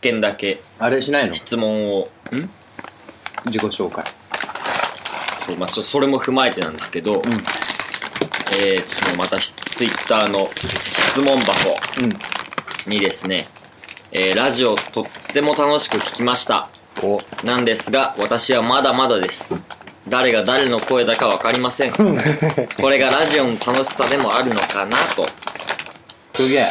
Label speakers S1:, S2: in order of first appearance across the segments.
S1: 件だけ
S2: あれしないの
S1: 質問をん
S2: 自己紹介
S1: そう、まあ、そそれも踏まえてなんですけど、えー、ちょっとまたしツイッターの質問箱
S2: うん
S1: にですね、えーラジオとっても楽しく聞きました。
S2: お
S1: なんですが、私はまだまだです。誰が誰の声だかわかりません。これがラジオの楽しさでもあるのかなと。
S2: すげえ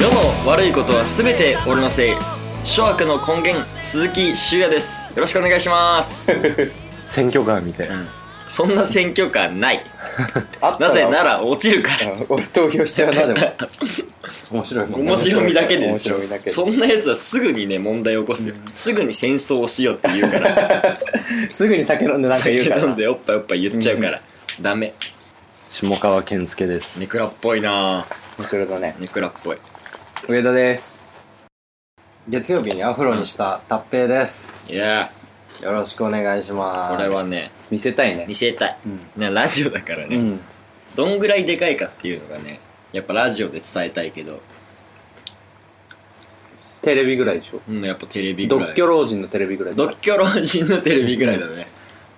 S1: 世の悪いことは全て俺のせい。諸悪の根源、鈴木修也です。よろしくお願いします。
S3: 選挙カーみたいな。
S1: そんな選挙カーない。
S2: あった
S1: なぜな
S2: ら
S1: ら落ちるから。
S2: うん俺投票しちゃうなでも面白いもんね
S1: 面白みだけで
S2: 面白みだけで
S1: そんなやつはすぐにね問題を起こすよ、すぐに戦争をしようって言うから
S2: すぐに酒飲んで なんか
S1: 酒
S2: 言うから
S1: 飲んでおっぱいおっぱい言っちゃうから、ダメ
S3: 下川健介です
S1: ネ。クラっぽいなぁ
S2: ミクロだね
S1: ネクラっぽい
S2: 上田です月曜日にアフロにした達平です
S1: いや
S2: よろしくお願いしま
S1: ー
S2: す
S1: これはね
S2: 見せたいね
S1: 見せたい、
S2: う
S1: ねラジオだからね、
S2: うん
S1: どんぐらいでかいかっていうのがねやっぱラジオで伝えたいけど、
S2: テレビぐらいでしょ
S1: うん、やっぱテレビぐ
S2: 独
S1: らい
S2: 居老人のテレビぐらい
S1: 独居老人のテレビぐらいだね、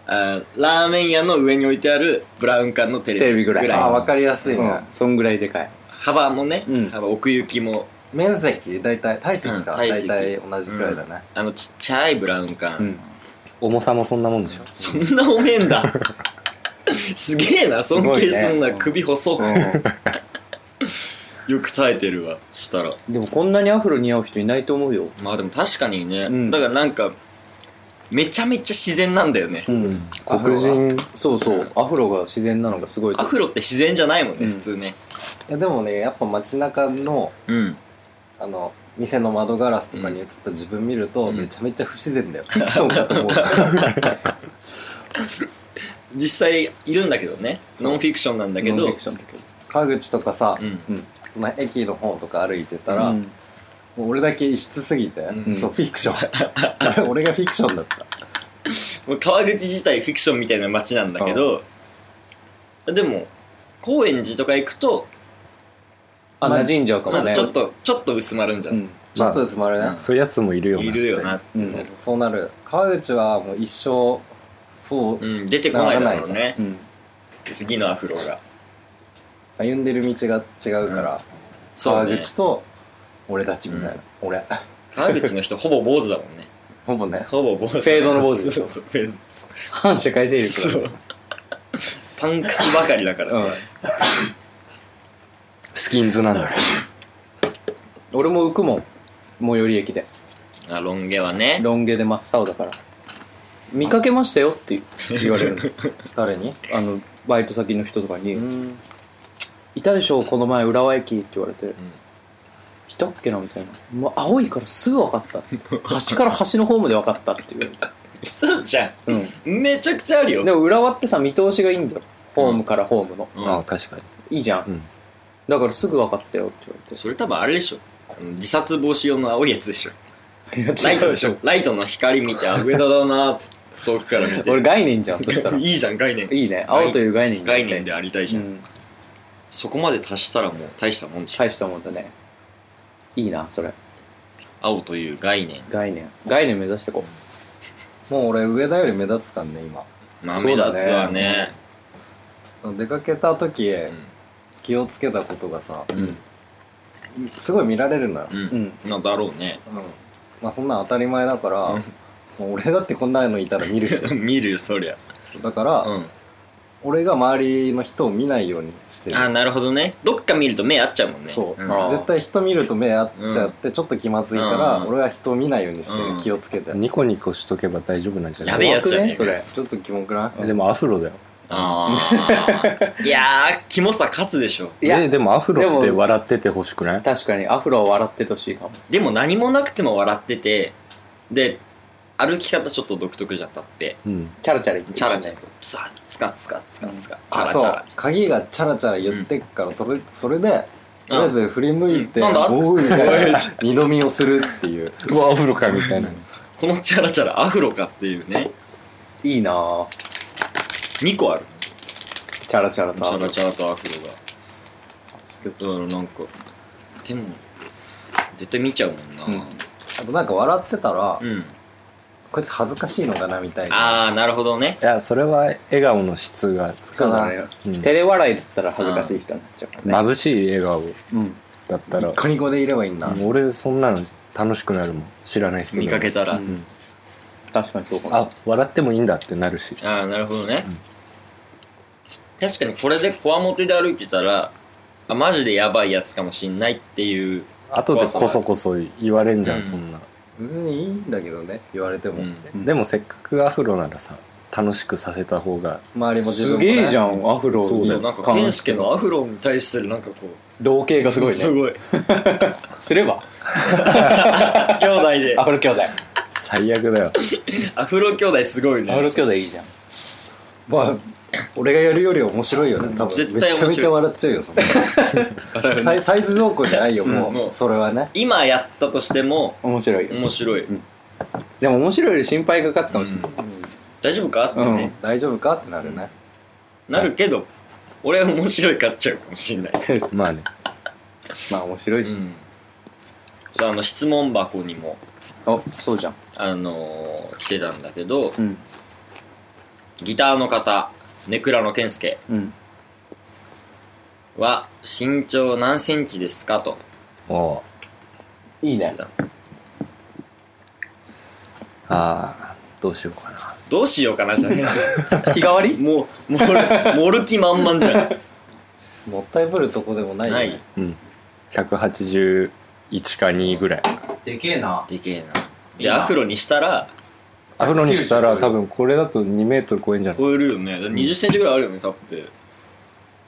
S1: あーラーメン屋の上に置いてあるブラウン管のテレビ
S2: テレビぐらいあ分かりやすいな、
S3: う
S2: そんぐらいでかい
S1: 幅もね、
S2: うん
S1: 幅奥行きも
S2: 面積大体体積
S1: うん
S2: さ、
S1: 体
S2: 大
S1: 積
S2: 体同じくらいだね
S1: あのちっちゃいブラウン管、
S2: うん、
S3: 重さもそんなもんでしょ。
S1: そんなおめえん だすげえな尊敬すん
S2: すご
S1: な、
S2: いね
S1: 首細っ、
S2: う
S1: よく耐えてるわしたら
S2: んでもこんなにアフロ似合う人いないと思うよ
S1: まあでも確かにね、
S2: うん
S1: だからなんかめちゃめちゃ自然なんだよね、
S2: うん
S3: 黒人
S2: そうそうアフロが自然なのがすごいと
S1: ア
S2: 思
S1: フロって自然じゃないもんね、
S2: うん
S1: 普通ね
S2: ういやでもねやっぱ街中の
S1: うん
S2: あの店の窓ガラスとかに映った自分見ると、
S1: うん
S2: めちゃめちゃ不自然だよ、フィクションかと 思う
S1: 実際いるんだけどねノンフィクションなんだけ
S2: ノンフィ
S1: ど
S2: クションだけど川口とかさ、
S1: うん
S2: その駅の方とか歩いてたら、
S3: うん
S2: もう俺だけ異質すぎて、
S1: うん
S2: そうフィクシ ョン俺がフィクションだった
S1: もう川口自体フィクションみたいな街なんだけどでも高円寺とか行くと
S2: あ
S3: まあ
S2: 馴染んじゃうか
S1: ち
S2: も
S1: ょ,、
S2: ね
S1: ちょっとちょっと薄まるんじゃ
S2: う
S1: ない、
S2: ん、ちょっとですもあれね、
S1: うん
S3: そういうやつもいるよな。
S1: いるよなって、
S2: う、
S1: うん、
S2: そうなる川口はもう一生そうん
S1: 出てこないだろうね
S2: うん、
S1: 次のアフロが
S2: 歩んでる道が違うから、
S1: そう
S2: 川
S1: ね
S2: 口と俺たちみたいな、
S1: うん
S2: 俺
S1: 川口の人ほぼ坊主だもん ね
S2: ほぼね
S1: ほぼ坊主フ
S2: ェードの坊主
S1: そうそうフェード
S2: 反社会勢力だ
S1: そ
S2: ね
S1: うパンクスばかりだからさ、
S3: スキンズなんだ。
S2: うん、 俺も浮くもん最寄り駅で
S1: あロン毛はね
S2: ロン毛で真っ青だから見かけましたよって言われるの誰にあのバイト先の人とかに「
S3: うん
S2: いたでしょこの前浦和駅」って言われて「
S1: ん
S2: いたっけな?」みたいな「もう青いからすぐ分かった」端から端のホームで分かった」って言われて
S1: そうじゃ
S2: うん
S1: んめちゃくちゃあるよ
S2: でも浦和ってさ見通しがいいんだよホームからホームの、
S1: うん
S3: ああ、確かに。
S2: いいじゃん、
S3: うん
S2: だからすぐ分かったよって言われて
S1: それ多分あれでしょあの自殺防止用の青いやつでしょ
S2: いや
S1: ライト
S2: 違う
S1: でしょライトの光見てあ上田だなーって遠くから見て
S2: 俺概念じゃん そしたら
S1: いいじゃん概念
S2: いいね青という概念
S1: 概念でありたいじ
S2: う
S1: ゃん、
S2: ん
S1: そこまで達したらもう大したもんでしょ、
S2: 大したもんだねいいなそれ
S1: 青という概念
S2: 概念概念目指してこうもう俺上田より目立つかんね今
S1: まあ
S2: そ
S1: 目
S2: うだね
S1: 立つわね
S2: 出かけた時
S1: うん
S2: 気をつけたことがさ
S1: うん
S2: すごい見られるのよ
S1: うん、
S2: うん
S1: まあだろうね
S2: うんまあそんなん当たり前だから
S1: うん
S2: もう俺だってこんなのいたら見 るし
S1: 見るよそりゃ
S2: だから
S1: うん
S2: 俺が周りの人を見ないようにしてる
S1: あなるほどねどっか見ると目合っちゃうもんね
S2: そう、
S1: ん
S3: あー
S2: 絶対人見ると目合っちゃってちょっと気まずいから、
S1: うん
S2: 俺は人見ないようにしてる、
S1: うん
S2: 気をつけて、
S3: ニコニコしとけば大丈夫なんじゃない
S1: やべえやつじゃねえか
S2: 怖くねそれちょっとキモくない、
S3: えでもアフロだよ。
S1: ああいやーキモさ勝つでしょ
S2: いや
S3: えでもアフロっ
S2: で
S3: て
S2: も
S3: 笑っててほしくない
S2: 確かにアフロは笑っててほしいかも
S1: でも何もなくても笑っててで歩き方ちょっと独特じゃったって
S4: うん。
S5: チャラチャラ言って
S1: チャラチャラツワツカツカツカツカチャ
S3: あ
S1: ラチ
S3: そ
S1: ャ
S3: う
S1: ラ
S3: 鍵がチャラチャラ言ってっからそれそれでとりあえず振り向い
S1: う
S3: て
S1: んなんだ
S3: おーみたいな二度見をするっていう
S4: うわ、アフロかみたいな。
S1: このチャラチャラアフロかっていうね
S5: いいなぁ
S1: 2個ある
S5: チャラチャラ
S1: チ
S5: と
S1: ャラチャラとアフロが
S5: すごい
S1: だからなんかでも絶対見ちゃうもんな
S5: うん
S3: あとなんか笑ってたら、
S1: うん
S3: こいつ恥ずかしいのかなみたいな
S1: ああなるほどね
S4: いや、それは笑顔の質が、
S5: そうだね
S4: うん
S5: 照れ笑いだったら恥ずかしい人になっちゃうからね
S4: 眩しい笑顔
S5: うん
S4: だった
S3: ニ
S4: ら
S3: ッ、コニコでいればいいんだ、
S4: もう俺そんなの楽しくなるもん。知らない人でも
S1: 見かけたら、
S5: うん確かにそうか
S4: あ
S5: な、
S4: 笑ってもいいんだってなるし。
S1: ああなるほどね、
S4: うん
S1: 確かにこれでこわもてで歩いてたらあマジでやばいやつかもしんないっていう
S4: 後でこそこそ言われんじゃ
S1: うん
S4: ん、そんな。
S3: 別にいいんだけどね言われても、
S1: うん
S5: うん
S4: でもせっかくアフロならさ、楽しくさせた方が、
S3: 周りも自分
S5: す
S3: も、ね、
S5: げえじゃんアフロ
S1: そう
S5: に
S1: そうなんか健介のアフロに対するなんかこう
S5: 同型がすごいね
S1: すごい
S5: すれば
S1: 兄弟で
S5: アフロ兄弟
S4: 最悪だよ。
S1: アフロ兄弟すごい
S5: アフ
S1: ね
S5: ロ兄弟いいじゃん
S3: まあ俺がやるより面白いよね多分
S1: 絶対面白い
S3: めちゃめちゃ笑っちゃうよそんなサイサイズ動向じゃないよもう,、
S1: うんもう
S3: それはね
S1: 今やったとしても
S5: 面白いよ
S1: 面白い、
S5: んでも面白いより心配が勝つかもしれない
S1: 大丈夫かってね、
S3: 大丈夫かってなるね、
S1: なるけど俺面白い買っちゃうかもしんない、
S4: まあね。
S5: まあ面白いし
S1: そうあの質問箱にも
S5: あそうじゃん
S1: あのー来てたんだけど
S5: うん
S1: ギターの方ネクラの健介
S5: うん
S1: は身長何センチですかと
S4: おう
S5: いいね
S4: ああ、どうしようかな。
S1: どうしようかなじゃね
S5: 日替わ
S1: え
S5: り
S1: もうもう盛る気満々じゃ
S3: もったいぶるとこでもない
S1: ん
S3: よ
S1: な
S3: ね
S1: い
S4: うん。181か2ぐらい。
S3: でけえな
S1: でけえなで
S3: や
S1: アフロにしたら
S4: アフロにしたら多分これだと2メートル超えんじゃない
S1: 超えるよね2 0ンチぐらいあるよねタップ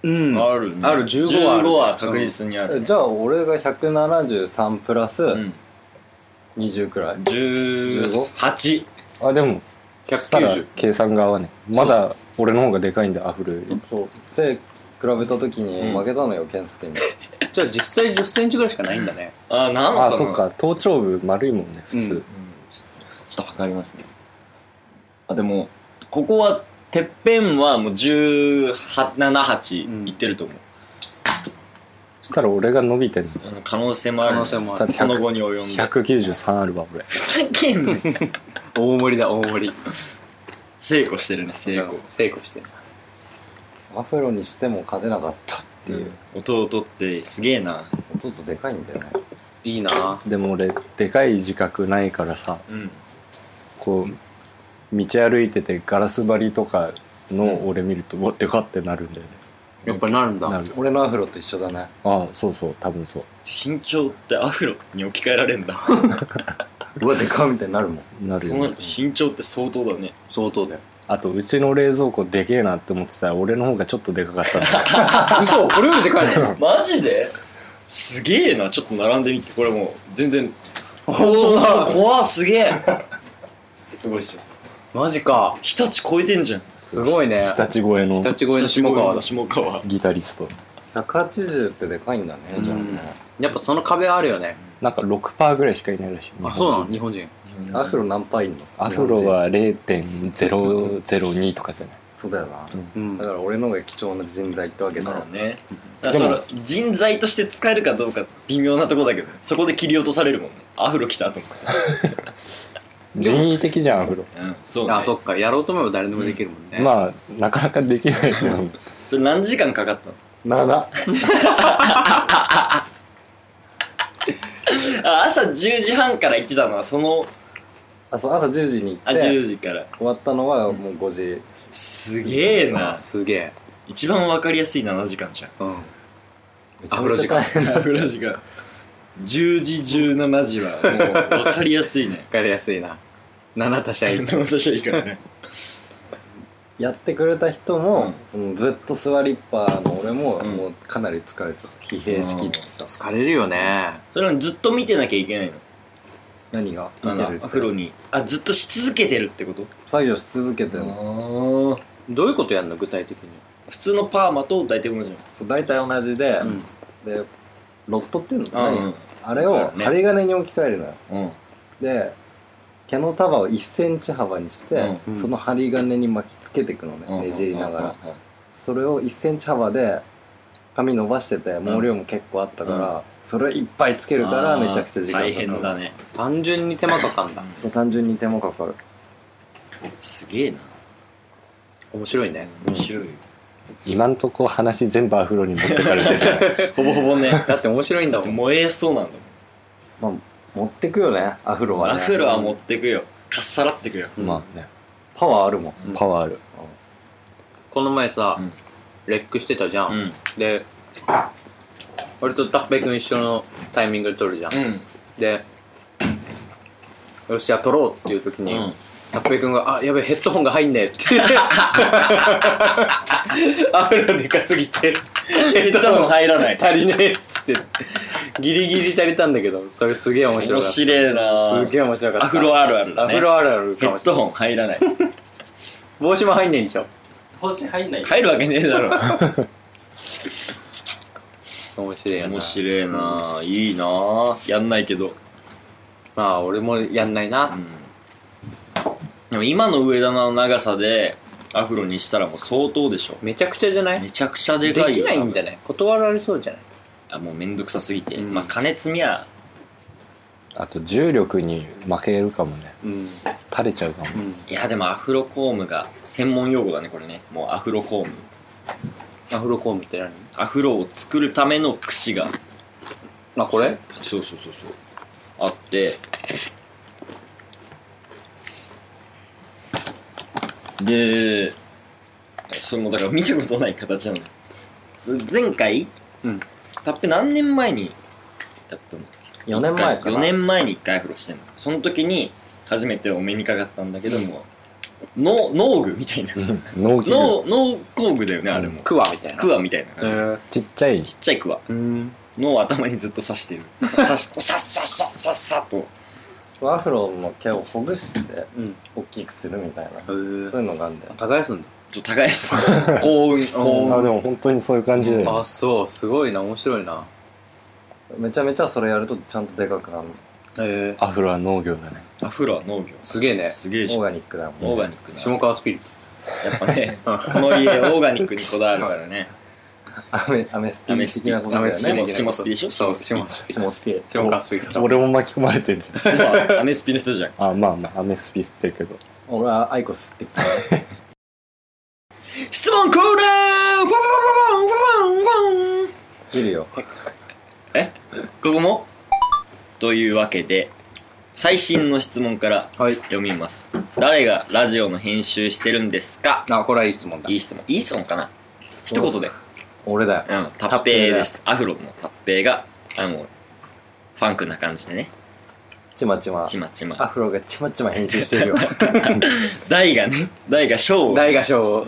S5: うん
S1: あるね
S5: ある15はある
S1: は確実にあるね
S3: じゃあ俺が173プラス
S1: うん
S3: 20くらい、
S1: 18
S4: あ、でも、
S5: 190
S4: したら計算が合わねえ。まだ俺の方がでかいんだ、アフロより。
S3: そう背比べた時に負けたのよ、健介に
S5: じゃあ実際1 0ンチぐらいしかないんだね
S1: あなのかな
S4: あ、そっか。頭頂部丸いもんね、普
S5: う
S4: 通
S5: ん。
S1: うんちょっと測りますねあでもここはてっぺんはもう178いってると思う、
S4: そしたら俺が伸びてんの。
S1: あの可能性もある
S5: 可能性もあ
S4: る
S1: その後に及んで
S4: 193あるわ、俺。
S1: ふざけんねん
S5: 大盛りだ大盛り
S1: 成功してるね成功
S5: 成功してる
S3: アフロにしても勝てなかったっていう、
S1: 音を取ってすげえな
S3: 弟でかいんだよね
S5: いいな
S4: でも俺、でかい自覚ないからさ、
S1: うん
S4: こう、道歩いててガラス張りとかの俺見ると、うわ、でかってなるんだよね。
S5: やっぱなるん
S4: な
S5: だ
S4: る。
S3: 俺のアフロと一緒だね
S4: あ、そうそう、多分そう。
S1: 身長ってアフロに置き換えられんだ
S3: うわでかみたいになるもん
S4: なる
S1: そ
S4: よ
S1: う
S4: ね
S1: なると身長って相当だね
S5: 相当だよ
S4: あとうちの冷蔵庫でけえなって思ってたら俺の方がちょっとでかかったんだ
S5: 嘘これよりでかいの
S1: マジですげえなちょっと並んでみてこれもう全然
S5: 本当だ
S1: 怖っすげえすごいっしょ
S5: マジか
S1: 日立超えてんじゃん
S5: すご いね
S4: 日立越え
S5: 日
S4: の
S5: 立越えの下川だ
S1: 下川
S4: ギタリスト
S3: 180ってでかいんだね、じゃあね
S5: やっぱその壁あるよね
S4: なんか6%ぐらいしかいないらしい
S5: あ
S4: 日
S5: そう
S4: 本
S5: なの
S4: 人
S5: 日本人
S3: アフロ何パーいんの
S4: アフロは0.002とかじゃない
S3: そうだよな、
S5: うん
S3: だから俺の方が貴重な人材ってわけだ、
S1: まあね
S4: で
S1: だ
S4: も
S1: からその人材として使えるかどうか微妙なとこだけどそこで切り落とされるもんねアフロ来たと思って
S4: 人為的じゃんアフロ
S1: うんそうね
S5: あそっかやろうと思えば誰でもできるもんね
S4: まあなかなかできないですよね
S1: それ何時間かかったの
S3: 7
S1: あ朝10時半から行ってたのはその
S3: あそう朝10時に
S1: あ
S3: 行って
S1: 10時から
S3: 終わったのはもう5時
S1: すげえな
S5: あすげえ
S1: 一番わかりやすい7時間じゃん
S5: うん
S3: めち
S5: ア
S3: ゃ
S5: フロ
S3: めち
S5: 時
S3: ゃ
S5: 間
S3: 大
S5: わ
S3: 変
S1: アフロ時間10時17時はもうわかりやすいね
S5: かりやすいな7足し
S1: あ
S5: ゃ
S1: の私はいいからね
S3: やってくれた人も、
S1: うん
S3: そのずっと座りっぱの俺も、
S1: うん
S3: もうかなり疲れちゃった疲弊しきってさ、
S5: 疲れるよね
S1: それはずっと見てなきゃいけないの
S2: 何が
S4: 見てる
S1: アフロにあずっとし続けてるってこと
S3: 作業し続けてる
S1: あ
S2: どういうことやんの具体的に
S1: 普通のパーマと大体同じ
S3: そう大体同じで、
S2: ん
S3: でロットっていうの、
S1: なの
S3: 何あれを針金に置き換えるのよ
S1: うんうん
S3: で毛の束を1センチ幅にして、
S4: うん
S3: その針金に巻きつけていくのね、
S1: うん
S3: ねじりながら、
S1: うんうん
S3: それを1センチ幅で髪伸ばしてて毛量も結構あったから、それいっぱいつけるから
S1: あー
S3: めちゃくちゃ時間かか
S1: 大
S3: る
S1: 変だね
S2: 単純に手間かかんだ
S3: そう単純に手間かかる
S1: すげえな
S2: 面白いね
S1: 面白いよ
S4: 今んとこ話全部アフロに持ってかれてる
S1: ほぼほぼね
S2: だって面白いんだもん
S1: 燃えそうなんだ
S3: まあ持ってくよねアフロ
S1: もん
S3: は
S1: ア
S3: ね
S1: フロは持ってくよかっさらってくよ
S4: まあね
S3: パワーあるもん
S4: パワーある
S2: この前さ、
S1: うん
S2: レックしてたじゃん、
S1: ん
S2: で俺と達平君一緒のタイミングで撮るじゃん、
S1: うん
S2: でよしじゃあ撮ろうっていう時に、
S1: うん
S2: 達平君が「あやべえヘッドホンが入ん ねえ」ってアフロでかすぎてヘ
S1: ヘ
S2: ッ
S1: ッ
S2: ド
S1: ド
S2: ホ
S1: ホ
S2: ン
S1: ン入らない
S2: 足りねえっつってギリギリ足りたんだけどそれすげえ面白
S1: 面
S2: かっ
S1: 白い
S2: た
S1: な
S2: すげえ面白かった
S1: アフロあるあるだ
S2: ア
S1: ね
S2: フロあるある
S1: ヘ
S2: かも
S1: ッ
S2: しれ
S1: ド
S2: ない
S1: ホン入らない
S2: 帽子も入んねえんでしょ
S3: 帽子入んない
S1: 入るわけねえだろ
S2: 面白いよな
S1: 面白いないいなやんないけど
S2: まあ俺もやんないな、
S1: うんでも今の上田の長さでアフロにしたらもう相当でしょ
S2: めちゃくちゃじゃない
S1: めちゃくちゃで
S2: で
S1: かい
S2: き
S1: よ
S2: ないんじゃない断られそうじゃない
S1: あもうめんどくさすぎて、
S2: うん
S1: まあ金積みゃ
S4: あと重力に負けるかもね
S2: うん、
S4: 垂れちゃうかも
S2: うん、
S1: いやでもアフロコームが専門用語だねこれねもうアフロコーム
S2: アフロコームって何
S1: アフロを作るための櫛が
S2: あこれ
S1: そうそうそうそうあってでそれもだから見たことない形なのす前回、
S2: うん
S1: たっぺ何年前にやったの
S3: 4年前かな
S1: 4年前に1回アフロしてんのかその時に初めてお目にかかったんだけども、の農具みたいな
S4: 農機具
S1: 農農工具だよねあれも、
S2: クワみたいな
S1: クワみたいな
S2: へ
S1: 感じ、
S2: ー
S4: ちっちゃい
S1: ちっちゃいクワ
S2: うん
S1: の頭にずっと刺 してる刺し刺さっさっさっさっと
S3: アフロの毛をほぐして
S2: うん
S3: 大きくするみたいな、
S2: へ
S3: そ
S2: え
S3: ういうのがあるんだよ
S2: 耕すんだ
S1: ちょっと高いです幸運幸
S4: あ
S1: 運
S4: でも本当にそういう感じで
S2: あそうすごいな面白いな
S3: めちゃめちゃそれやるとちゃんとでかくな
S2: へ
S3: る
S2: え
S4: アフロは農業だね
S1: アフロは農業
S2: すげえね
S1: すげえ
S3: オ
S1: し
S3: ー
S1: ょ
S3: ガニックだもん
S1: オーガニックな
S2: 下川スピリッツ
S1: やっぱねこの家オーガニックにこだわるからね
S3: アメアメスピ
S1: アメスピ
S3: 的なことだよ
S1: アメスピ
S3: ね
S1: も下スピでしょ
S2: そう
S1: 下
S2: 下スピ
S3: 下スピ
S2: 下川スピリッツ
S4: 俺も巻き込まれてんじ ゃん
S1: 今アメスピの人じゃん
S4: あまあまあアメスピ吸ってるけど
S3: 俺はアイコスってきた
S1: 質問コーナーワンワンワンワン
S3: いるよ
S1: えここもというわけで最新の質問から
S2: はい
S1: 読みます誰がラジオの編集してるんですか
S2: あこれはいい質問だ
S1: いい質問いい質問かな一言で
S3: 俺だよ
S1: うんタッペイですアフロのタッペイがあのファンクな感じでね
S3: ちまちま
S1: ちまちま
S3: アフロがちまちま編集してるよ
S1: 大がね大が賞を兼
S2: 大合唱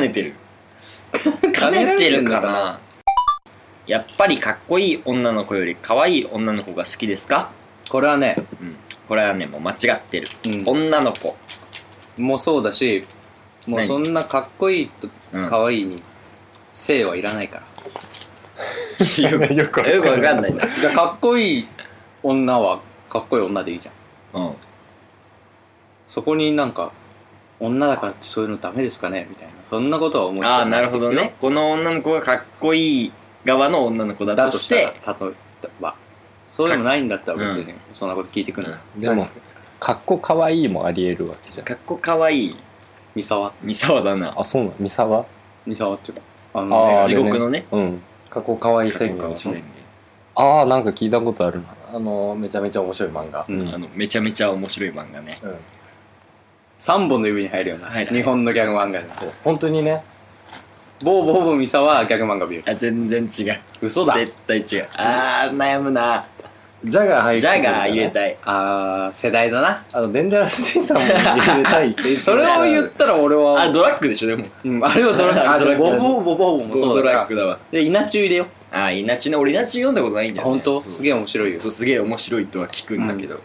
S1: ねてる
S2: 兼
S1: 兼
S2: ね
S1: ね
S2: て
S1: て
S2: る
S1: る
S2: ん
S1: か
S2: だな
S1: なやっぱりかっこいい女の子より可愛い女の子が好きですか
S2: これはね
S1: うんこれはねもう間違ってる、
S2: うん
S1: 女の子
S2: もうそうだしもう
S1: 何
S2: そんなかっこいいと
S1: うん
S2: かわいいに性はいらないから
S1: よく
S4: よく
S1: よくわかんないな。
S2: じゃあかっこいい女はかっこいい女でいいじゃん
S1: うん。
S2: そこになんか女だからってそういうのダメですかねみたいなそんなことは思い
S1: ああ、なるほどね。この女の子がかっこいい側の女の子だ
S2: だ
S1: と
S2: と
S1: し
S2: してて、例えばそうでもないんだったら別に、そんなこと聞いてくるの、
S4: でもかっこかわいいもありえるわけじゃん
S1: かっこかわいい
S2: 三沢
S1: 三沢だな。
S4: あそうなの三沢
S2: 三沢っていうかあ
S4: あー
S2: の
S1: 地獄のね。
S4: うん
S3: 過去可愛い宣
S1: かっこ
S3: 言
S1: いい宣
S4: ああなんか聞いたことあるな
S3: あのめちゃめちゃ面白い漫画、
S2: うん
S1: 言あの、めちゃめちゃ面白い漫画ね。
S3: うん、
S2: 3本の指に入るような、
S1: 入る
S2: 日本のギャグ漫画で
S3: そう本当にね
S2: ボーボーボー三沢はギャグ漫画ビュー
S1: あ、全然違う。
S2: 嘘だ
S1: 絶対違う。ああ、悩むな。
S3: ジャガー入
S1: ジ
S3: って
S1: ャ
S3: くるじゃ
S1: ガー
S3: ない
S1: 入れたい。
S2: あー世代だな
S3: あのデンジャラスジーさんも入れたいって 言って
S2: それを言ったら俺は
S1: あ、ドラッグでしょ、でも。
S2: うん、あれはドラッグあ
S1: ドラッグ
S2: ボーボーボーボーボーもそ
S1: ド
S2: うだ
S1: ラッ
S2: か
S1: グ
S2: ら
S1: だわ。
S2: で稲中入れよ
S1: ああ、稲中ね。俺稲中読んだことないんだよね。
S2: 本当
S1: そう
S2: すげえ面白いよ
S1: そう、すげえ面白いとは聞くんだけど。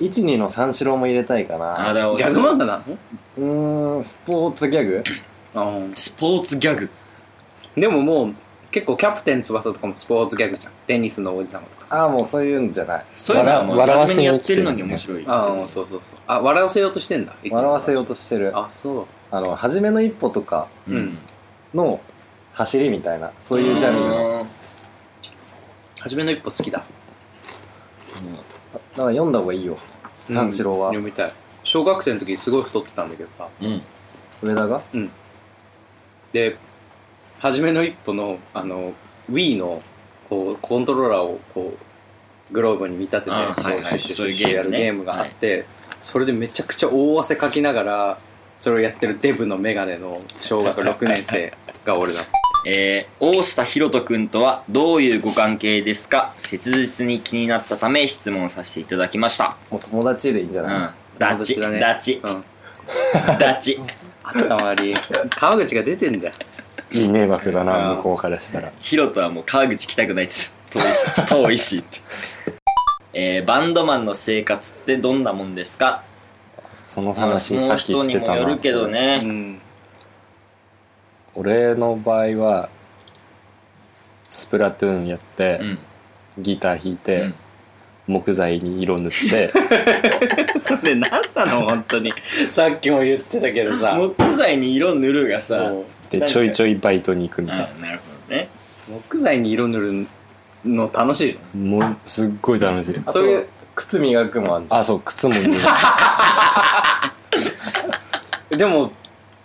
S3: 12の三四郎も入れたいか
S1: あ
S3: な
S1: だ
S2: ギャグ漫画なの
S3: うーんスポーツギャグ
S2: うん
S1: スポーツギャグ
S2: でももう結構キャプテン翼とかもスポーツギャグじゃんテニスの王子様とかさ
S3: ああもうそういうんじゃない
S1: そういうのはもう
S4: 笑わ
S1: 真面
S4: せ
S1: 目に
S4: よ
S1: や
S4: う
S1: っ
S4: として
S1: て
S4: る
S1: る
S4: よ
S1: の
S4: ね
S1: に面白い
S2: ああそうそうそうあ笑わせようとしてんだ
S3: 笑わせよ
S2: う
S3: うとしてるあ
S2: あそう
S3: の初めの一歩とか
S2: うん
S3: の走りみたいなそういうジャンルの
S1: うん
S2: 初めの一歩好きだ
S3: だから読んだ方がいいよ三四郎は、
S2: うん読みたい小学生の時にすごい太ってたんだけどさ
S1: うん
S3: 上田が
S2: で初めの一歩のあの Wii のこうコントローラーをこうグローブに見立ててこ
S1: あー
S2: う
S1: はいはい
S2: シュッシュッシ
S1: そう
S2: ュ
S1: いう
S2: ッシ
S1: ゲーム
S2: ュ
S1: ね
S2: やるゲームがあって、それでめちゃくちゃ大汗かきながらそれをやってるデブのメガネの小学6年生が俺だ
S1: えー、大下博人君とはどういうご関係ですか切実に気になったため質問させていただきました
S3: もう友達でいいんじゃ
S1: う
S3: ない、
S1: んダチ
S2: 友達だね
S1: ダチ
S2: うん
S1: ダチ
S2: 頭悪い川口が出てんだよ
S4: いい迷惑だ
S2: あ
S4: な
S2: ー
S4: 向こうからしたら
S1: ヒロトはもう川口来たくないっつ遠いし遠いしってえー、バンドマンの生活ってどんなもんですか
S4: その
S1: あの
S4: 話
S1: そ
S4: さ
S1: の
S4: っき
S1: 人
S4: し
S1: に
S4: て
S1: も
S4: た
S1: よ
S4: な
S1: るけど
S2: う
S1: ね
S2: ん
S4: 俺の場合はスプラトゥーンやって、
S1: うん
S4: ギター弾いうて、
S1: ん
S4: 木材に色塗って
S2: それ何なの本当にさっきも言ってたけどさ
S1: 木材に色塗るがさ
S2: もう
S4: でちょいちょいバイトに行くみたい
S1: あなるほどね
S2: 木材に色塗るの楽しい
S4: なもうすっごい楽しい
S2: の
S3: そ
S2: そう
S3: う
S2: い
S3: いうう靴磨くもあんじゃん
S4: あそう靴も 脱いだ
S2: でも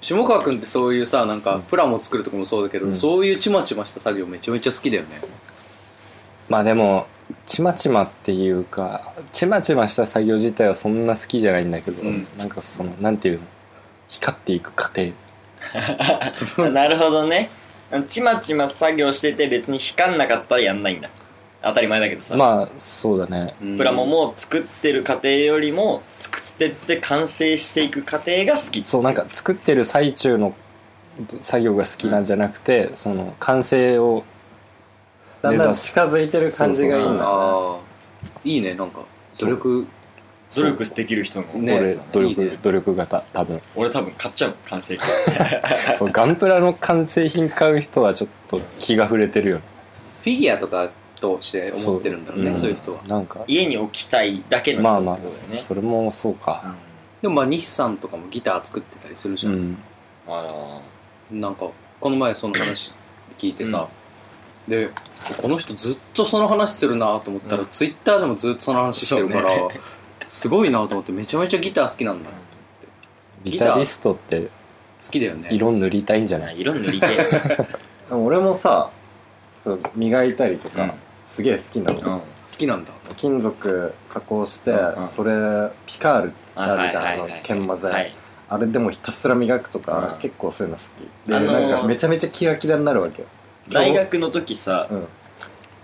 S2: 下川君ってそういうさなんかプラモ作るとかもそうだけど、
S4: うん
S2: そういうちまちました作業めちゃめちゃ好きだよね
S4: まあでもちまちまっていうかちまちました作業自体はそんな好きじゃないんだけど、
S2: うん
S4: なんかそのなんていうの光っていく過程
S1: なるほどねちまちま作業してて別に光んなかったらやんないんだ当たり前だけどさ、
S4: まあそうだね
S1: プラモ
S2: も
S1: も作ってる過程よりも作ってって完成していく過程が好き
S4: そうなんか作ってる最中の作業が好きなんじゃなくて、その完成を
S3: だんだ
S4: 目
S3: ん
S4: 指す
S3: 近づいてる感じがいいんだ
S4: そうそう
S3: よ
S2: ああいいねなんか努力
S1: 努力できる人の方
S2: ね
S4: 俺努力
S2: いいね
S4: 努力型多分
S1: 俺多分買っちゃう完成形
S4: そうガンプラの完成品買う人はちょっと気が触れてるよね
S2: フィギュアとかとして思ってるんだろうね
S4: ん
S2: そう,、いう人は
S4: なんか
S1: 家に置きたいだけの
S4: まあ
S1: 人
S4: ま
S1: っ
S4: あ
S1: てことだよね、
S4: それもそうか
S2: でもまあ西さんとかもギター作ってたりするじ
S4: う
S2: ゃん、
S4: ん
S1: うんあら
S2: なんかこの前その話聞いてさ、でこの人ずっとその話するなと思ったら、
S1: うん
S2: ツイッターでもずっとその話してるから、
S1: そ
S2: すごいなと思ってめちゃめちゃギター好きなんだ
S4: ギタリストって
S2: 好きだよね
S4: 色塗りたいんじゃ
S1: あ
S4: ない
S1: 色塗りて
S3: でも俺もさ そう磨いたりと
S1: え
S3: か、すげえ好きなの、
S1: うん
S2: 好きなんだ
S3: 金属加工して、
S1: うんうん
S3: それピカール
S1: あ
S3: あるじゃん
S1: は
S3: あ
S1: いはいは
S3: の
S1: いはい
S3: 研磨剤、
S1: はい
S3: あれでもひたすら磨くとか、
S1: うん
S3: 結構そういうの好きで、
S1: あのー
S3: なんかめちゃめちゃキラキラになるわけよ
S1: 大学の時さ、
S3: うん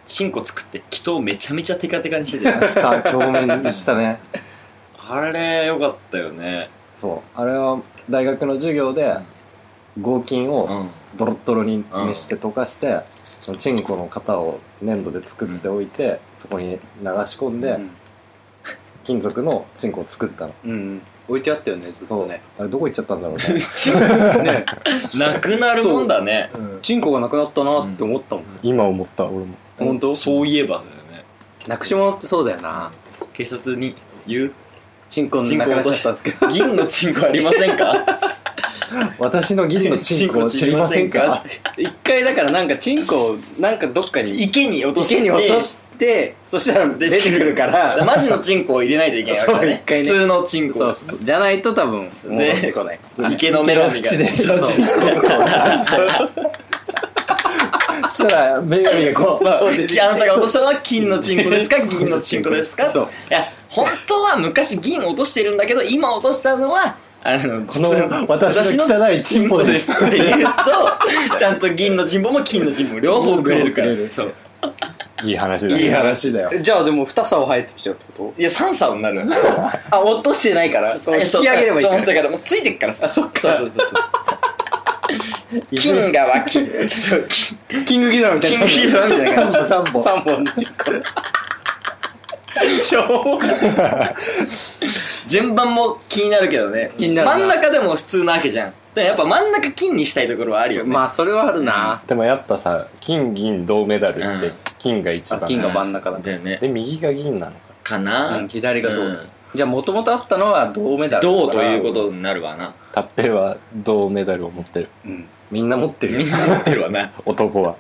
S1: チンコ作って祈祷めちゃめちゃテカテカにしてたよ
S3: 下表面にした ね
S1: あれよかったよね
S3: そうあれは大学の授業で合金を、
S1: うん
S3: ドロッドロに熱して溶かして、そのチンコの型を粘土で作っておいて、そこに流し込んで、
S2: うん
S3: 金属のチンコを作ったの
S2: うんうん置いてあったよねずっとね
S3: あれどこ行っちゃったんだろうね、
S2: ね
S1: なくなるもんだね
S2: チンコがなくなったなって思ったもん、
S4: 今思った俺も
S2: 本当
S1: そういえばだよね
S2: なくし物ってそうだよな
S1: 警察に言う
S2: チンコなくなっちゃったんですけど
S1: 銀のチンコありませんか
S3: 私の銀の チンコを知りませんか
S2: 一回だからなんかチンコをなんかどっかに
S1: 池に落として
S2: 池に落としてそしたら出てく るから
S1: マジのチンコを入れないといけないわけだ
S2: そう
S1: ね
S2: 一回ね
S1: 普通のチンコ
S2: そうそうじゃないと多分戻ってこない
S1: 池の女神が
S3: 池の縁で
S1: そう
S3: そしたら女神がこう
S1: そうであなたが落としたのは金のチンコですか銀のチンコですか
S2: そう
S1: いや本当は昔銀落としてるんだけど今落としたのはあの
S3: この私の汚いチンポ
S1: で
S3: ですす
S1: って言うとちゃんと銀のチンポも金のチンポも両方くれるから
S3: 両方くれる
S1: そう
S4: いい話だ
S1: いい
S4: ね
S3: 話だよ
S2: じゃあでも二竿生えてきちゃうってこ
S1: いや三差になる
S2: とあ落としてないからそう引き上げればいい
S1: そ
S2: か
S1: の
S2: ら
S1: 人からもうついてっからさ
S2: あそっか
S1: そうそうそうそう金が湧きそう
S2: キングギドラみたいな
S1: キングギドラみたいな
S3: 3本
S2: 3本のチンコしょうがない
S1: 順番も気になるけどね
S2: 気になるな
S1: 真ん中でも普通なわけじゃんでもやっぱ真ん中金にしたいところはあるよね、
S2: まあ、それはあるな。
S4: でもやっぱさ金銀銅メダルっ
S1: う
S4: て
S1: ん
S4: 金が一番、
S2: あ金が真ん中だ
S1: だよね
S4: で右が銀なのか
S1: かな、
S2: うん、左が銅、う
S1: うん
S2: じゃあ、もともとあったのは銅メダル。
S1: どうということになるわな
S4: たっぺは銅メダルを持ってる
S2: うん。
S3: みんな持ってるよ
S1: みんな持ってる わな
S4: 男は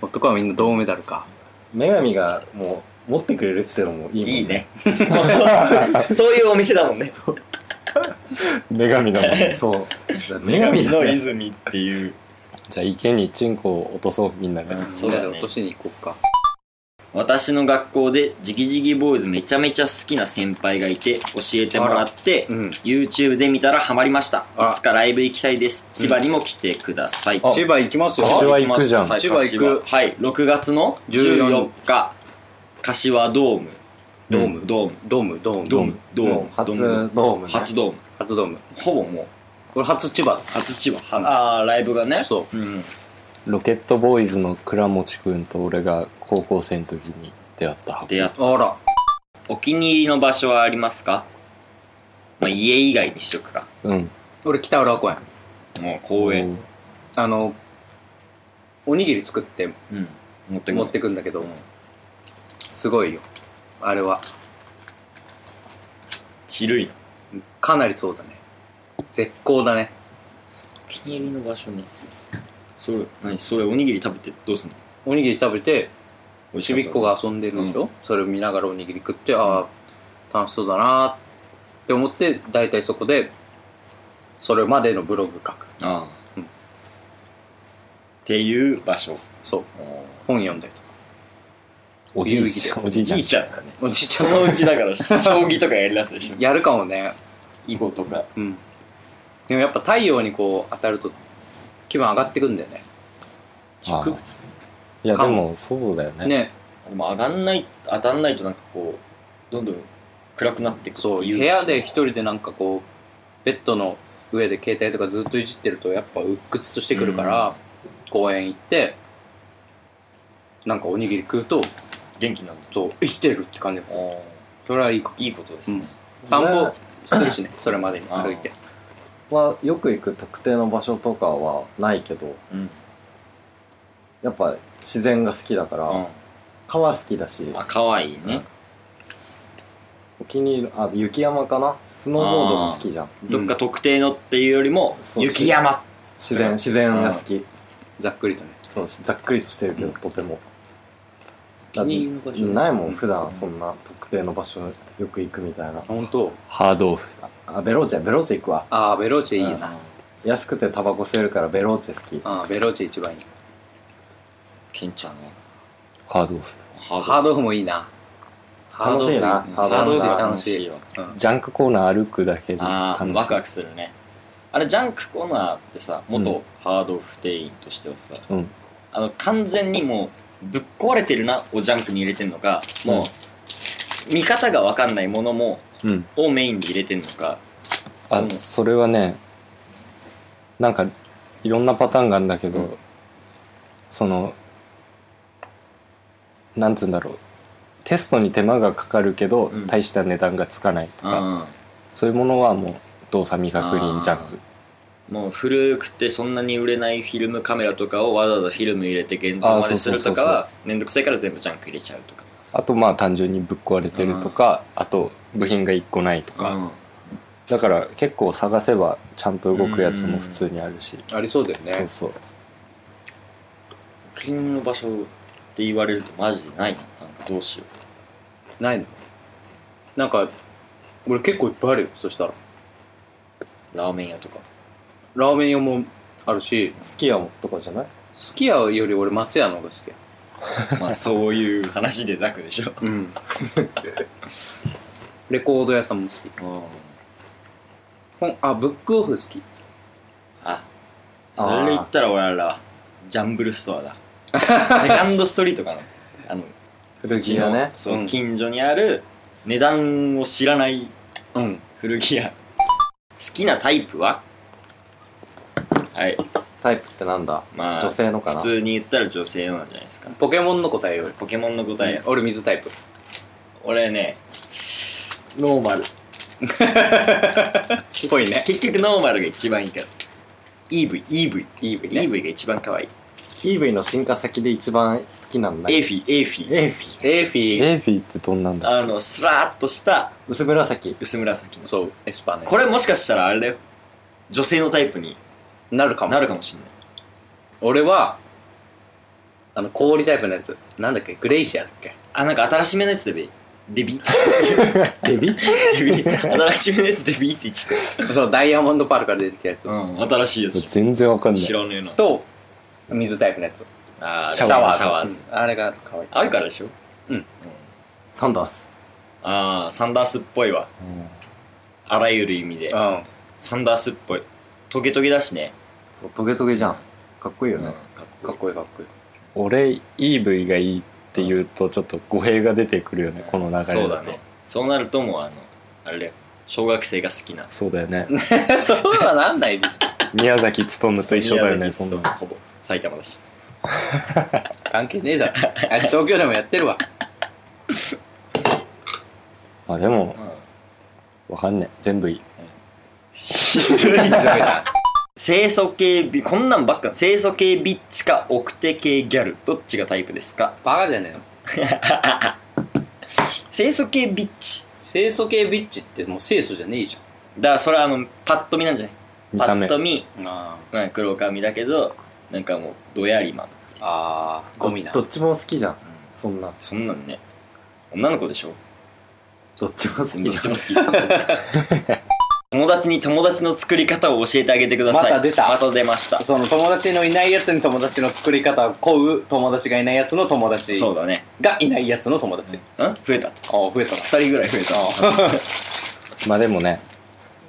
S2: 男はみんな銅メダルか。
S3: 女神がもう持ってくれるっていうのもいいもん
S1: いいねもうそう そういうお店だもんね
S4: 女神なの じ
S3: そう
S1: 女神の泉っていう
S4: ゃあ池にチンコを落とそうみんなで、
S1: そうだね
S2: みんなで落としに行こうか。
S1: 私の学校でジギジギボーイズめちゃめちゃ好きな先輩がいて教えてもらって、
S2: うん。
S1: YouTube で見たらハマりました
S2: あら
S1: いつかライブ行きたいです千葉にも来てください、
S2: 千葉行きますよ。
S4: 千葉行くじゃん
S1: はい
S2: 千葉行く
S1: はい6月の14日柏ドーム
S2: ドーム
S1: ドーム
S2: ドーム、ドーム。
S1: ドームドーム
S3: 初
S1: ドーム
S3: ドームね
S1: 初ドーム
S2: 初ドーム。
S1: ほぼもう
S2: 俺、初千葉だ。
S1: 初千葉ああライブがね、
S2: そう
S1: ん、
S4: ロケットボーイズの倉持くんと俺が高校生の時に出会った箱
S1: 出会った
S2: あら。
S1: お気に入りの場所はありますか、まあ、家以外にしとくか
S4: うん
S2: 俺、北浦和公園。
S1: もう公園、
S2: あの、おにぎり作って
S1: うん、持ってく
S2: 持ってくんだけ
S1: う
S2: ど
S1: ん、
S2: すごいよ。あれは。
S1: ちるいな
S2: かなりそうだね。絶好だね。
S1: お気に入りの場所にそれ何それおにぎり食べてどうすんの
S2: おにぎり食べて、
S1: 美味し
S2: ち
S1: かた
S2: びっこが遊んでるでしょ、それを見ながらおにぎり食って、ああ、楽しそうだなーって思って、大体そこで、それまでのブログ書く。
S1: ああ、
S2: うん
S1: っていう場所
S2: そう。本読んだりとか。
S4: おじいちゃんおじいちゃん
S1: ちゃんだね
S2: おじいち
S1: そ
S2: ゃん
S1: のうちだから 将棋とかやりだすでしょ
S2: やるかもね。
S1: 囲碁とか
S2: うん。でもやっぱ太陽にこう当たると気分上がってくんだよね。
S1: 植物
S4: いやでもそうだよね
S2: ね。
S1: でも上がんない当たんないとなんかこうどんどん暗くなってく
S2: そう、
S1: って
S2: 部
S1: いし
S2: 屋で一人でなんかこう、ベッドの上で携帯とかずっといじってると、やっぱ鬱屈としてくるから、公園行って、なんかおにぎり食うと、
S1: 元気になる
S2: そう、生きてるって感じです。
S1: あ
S2: それはいいか。
S1: いいことですね、
S2: うん散歩するしね、それまでに
S1: あー
S2: 歩いて。
S3: はよく行く特定の場所とかはないけど
S1: うん
S3: やっぱ自然が好きだから、
S1: あ
S3: 川好きだし
S1: あ可愛いね、
S3: お気に入りのあ雪山かなスノーボードも好きじゃん
S1: どっか特定のっていうよりも、
S3: そう
S1: 雪山
S3: 自然自然が好き
S2: ざっくりとね。
S3: そうざっくりとしてるけど、とても
S2: 気に入りの場所
S3: ないもん普
S1: うん
S3: 段そんな特定の場所よく行くみたいな
S2: 本当
S4: ハードオフ
S3: あベローチェベローチェ行くわ
S2: ああ、ベローチェいいな。
S1: な
S3: 安くてタバコ吸えるからベローチェ好き
S2: ああ、ベローチェ一番いい。
S1: ケンちゃんは
S4: ハードオフ
S1: ハ
S2: ハードオフもいいな。
S3: 楽しいな
S2: ハードオフいいね
S1: ハ
S3: ハ
S1: ードオフ楽
S3: ードオフ
S2: 楽
S1: し
S2: し
S1: い
S2: い。
S1: わ
S4: ジャンクコーナー歩くだけで
S1: あ
S4: 楽
S1: あ
S4: しい
S1: ワクワクするねあれジャンクコーナーってさ元ハードオフ店員としてはさ、
S4: うん
S1: あの完全にもうぶっ壊れてるなをジャンクに入れてんのかもう見方が分かんないものも
S4: うん
S1: をメインに入れてんのか
S4: あ、
S1: うん
S4: それはねなんかいろんなパターンがあるんだけど、
S1: うん
S4: そのなんつうんだろうテストに手間がかかるけど、
S1: うん
S4: 大した値段がつかないと
S1: う
S4: か、
S1: ん
S4: そういうものはもう動作未確認ジャンク
S1: もう古くてそんなに売れないフィルムカメラとかをわざわざフィルム入れて現像ま
S4: あーそ
S1: で
S4: う
S1: す
S4: そう
S1: る
S4: そ
S1: と
S4: うそう
S1: かはめんどくさいから全部ジャンク入れちゃうとか
S4: あとまあ単純にぶっ壊れてるとか、あと部品が1個ないとか、
S1: うん
S4: だから結構探せばちゃんと動くやつも普通にあるし、
S2: ありそうだよ
S4: そう
S2: ね。
S4: そう
S1: お気に入りの場所って言われるとマジでないななんかどうしよう
S2: ないのなんか、俺結構いっぱいあるよ、そしたら。
S1: ラーメン屋とか
S2: ラーメン屋もあるし、
S3: スキヤもとかじゃない
S2: すき家より俺松屋の方が好きや。
S1: まあそういう話でなくでしょ。
S2: うん。 レコード屋さんも好き。ほんあ、ブックオフ好き。
S1: あ、それで言ったら俺ら、ジャンブルストアだ。セカンドストリートかな。あの、
S3: 古着屋ね
S1: そう、
S2: うん
S1: 近所にある値段を知らない
S2: うん。
S1: 古着屋。好きなタイプははい。
S3: タイプってなんだ
S1: まあ、
S3: 女性のか
S1: 普
S3: な
S1: 通に言ったら女性のなんじゃないですか。
S2: ポケモンの答えより。
S1: ポケモンの答え、
S2: 俺水タイプ。
S1: 俺ね、ノーマル。
S2: ぽいね。
S1: 結局ノーマルが一番いいから。EV、EV、
S2: EV ね
S1: EV が一番可愛い。
S3: EV の進化先で一番好きなの
S1: エ
S3: 何
S1: ーフィー、エーフィー。
S3: エーフィ
S2: エーフィー。
S4: エーフィーってどんなんだ
S1: あの、スラーっとした
S3: 薄紫
S1: 薄紫の。
S2: そう、エスパーね。
S1: これもしかしたらあれだよ。女性のタイプに
S2: なるかも
S1: な。るかもしんない。
S2: 俺は、あの、氷タイプのやつ。なんだっけグレイシアだっけ
S1: あ、なんか新しめのやつでビ。デビデビデビ新しめのやつデビって言って
S2: そう、ダイヤモンドパールから出てきたやつ
S1: た。。うん、新しいやつ。
S4: 全然わかんない
S1: 知らねえな。
S2: と、水タイプのやつ。
S1: あ
S2: シャワー
S1: シャワーズ。
S2: うんあれが可愛い。
S1: あるからでしょ
S2: うん
S3: サンダース
S1: ああ、サンダースっぽいわ。あらゆる意味で。
S2: うん。
S1: サンダースっぽい。トゲトゲだしね。
S3: そうトゲトゲじゃんかっこいいよ
S1: うん
S3: ね、
S2: かっこいいかっこいい。
S4: 俺 EV がいいって言うとちょっと語弊が出てくるよねこの流れだと
S1: そうだね。そうなるともう、あの、あれだよ。小学生が好きな。
S4: そうだよね
S2: そうはなんないでしょ。
S4: 宮崎勤と一緒だよ
S1: 宮
S4: ね
S1: 崎
S4: そ
S1: と
S4: んなの
S1: ほぼ。埼玉だし。
S2: 関係ねえだろ。あいつ東京でもやってるわ。
S4: あでも
S1: うん
S4: わかんねえ全部いい
S1: 清楚系ビ、こんなんばっか。清楚系ビッチか、奥手系ギャル。どっちがタイプですか
S2: バカじゃねえの。
S1: 清楚系ビッチ。
S2: 清楚系ビッチってもう清楚じゃねえじ
S1: だからそれはあの、パッと見なんじゃない
S4: 見
S1: パ
S4: た
S1: ッ
S4: 目
S1: と見、
S2: ゃん。あ
S1: まあ、黒髪だけど、なんかもう、どやりま。
S2: ーあー、ゴミな。
S3: どっちも好きじゃんそんな
S1: そんなんね。女の子でしょ
S3: どっちも好
S1: ど
S3: き
S1: っ
S3: じゃ
S1: ち
S3: ん
S1: も好き。 友達に友達の作り方を教えてあげてください。
S2: また出た
S1: また出ました。
S2: その友達のいないやつに友達の作り方を請う友達がいないやつの友達
S1: そうだね。
S2: がいないやつの友達。
S1: ん増えた。
S2: ああ、増えたな。
S1: 二人ぐらい増えた。
S4: まあでもね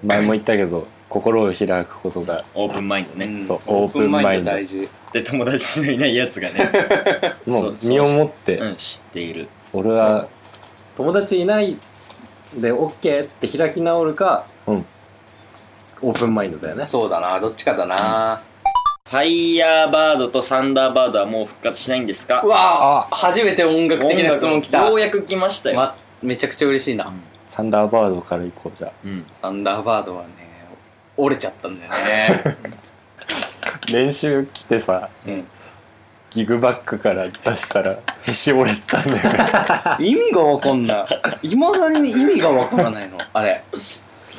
S4: 前も言ったけど心を開くことが
S1: オープンマインドね。
S2: ん
S4: そうオープンマインド
S2: オープン大事。
S1: で、友達のいないやつがね、
S4: も
S1: そう
S4: う身をもって
S1: うん、知っている。
S4: 俺は
S3: 友達いないで OK って開き直るか、
S4: うん
S3: オープンマインドだよね
S2: そうだな、どっちかだな。
S1: ファイヤーバードとサンダーバードはもう復活しないんですか
S2: うわあ初めて音楽的な質問来た
S1: よ。うやく来ましたよ。
S2: ま、めちゃくちゃ嬉しいな。
S4: サンダーバードから行こうじゃあ
S1: うん。
S2: サンダーバードはね、折れちゃったんだよね。
S4: 練習来てさ
S2: うん
S4: ギグバックから出したら 絞れてたんだよね
S2: 意味がわかんない。いまだに意味がわからないの。あれ。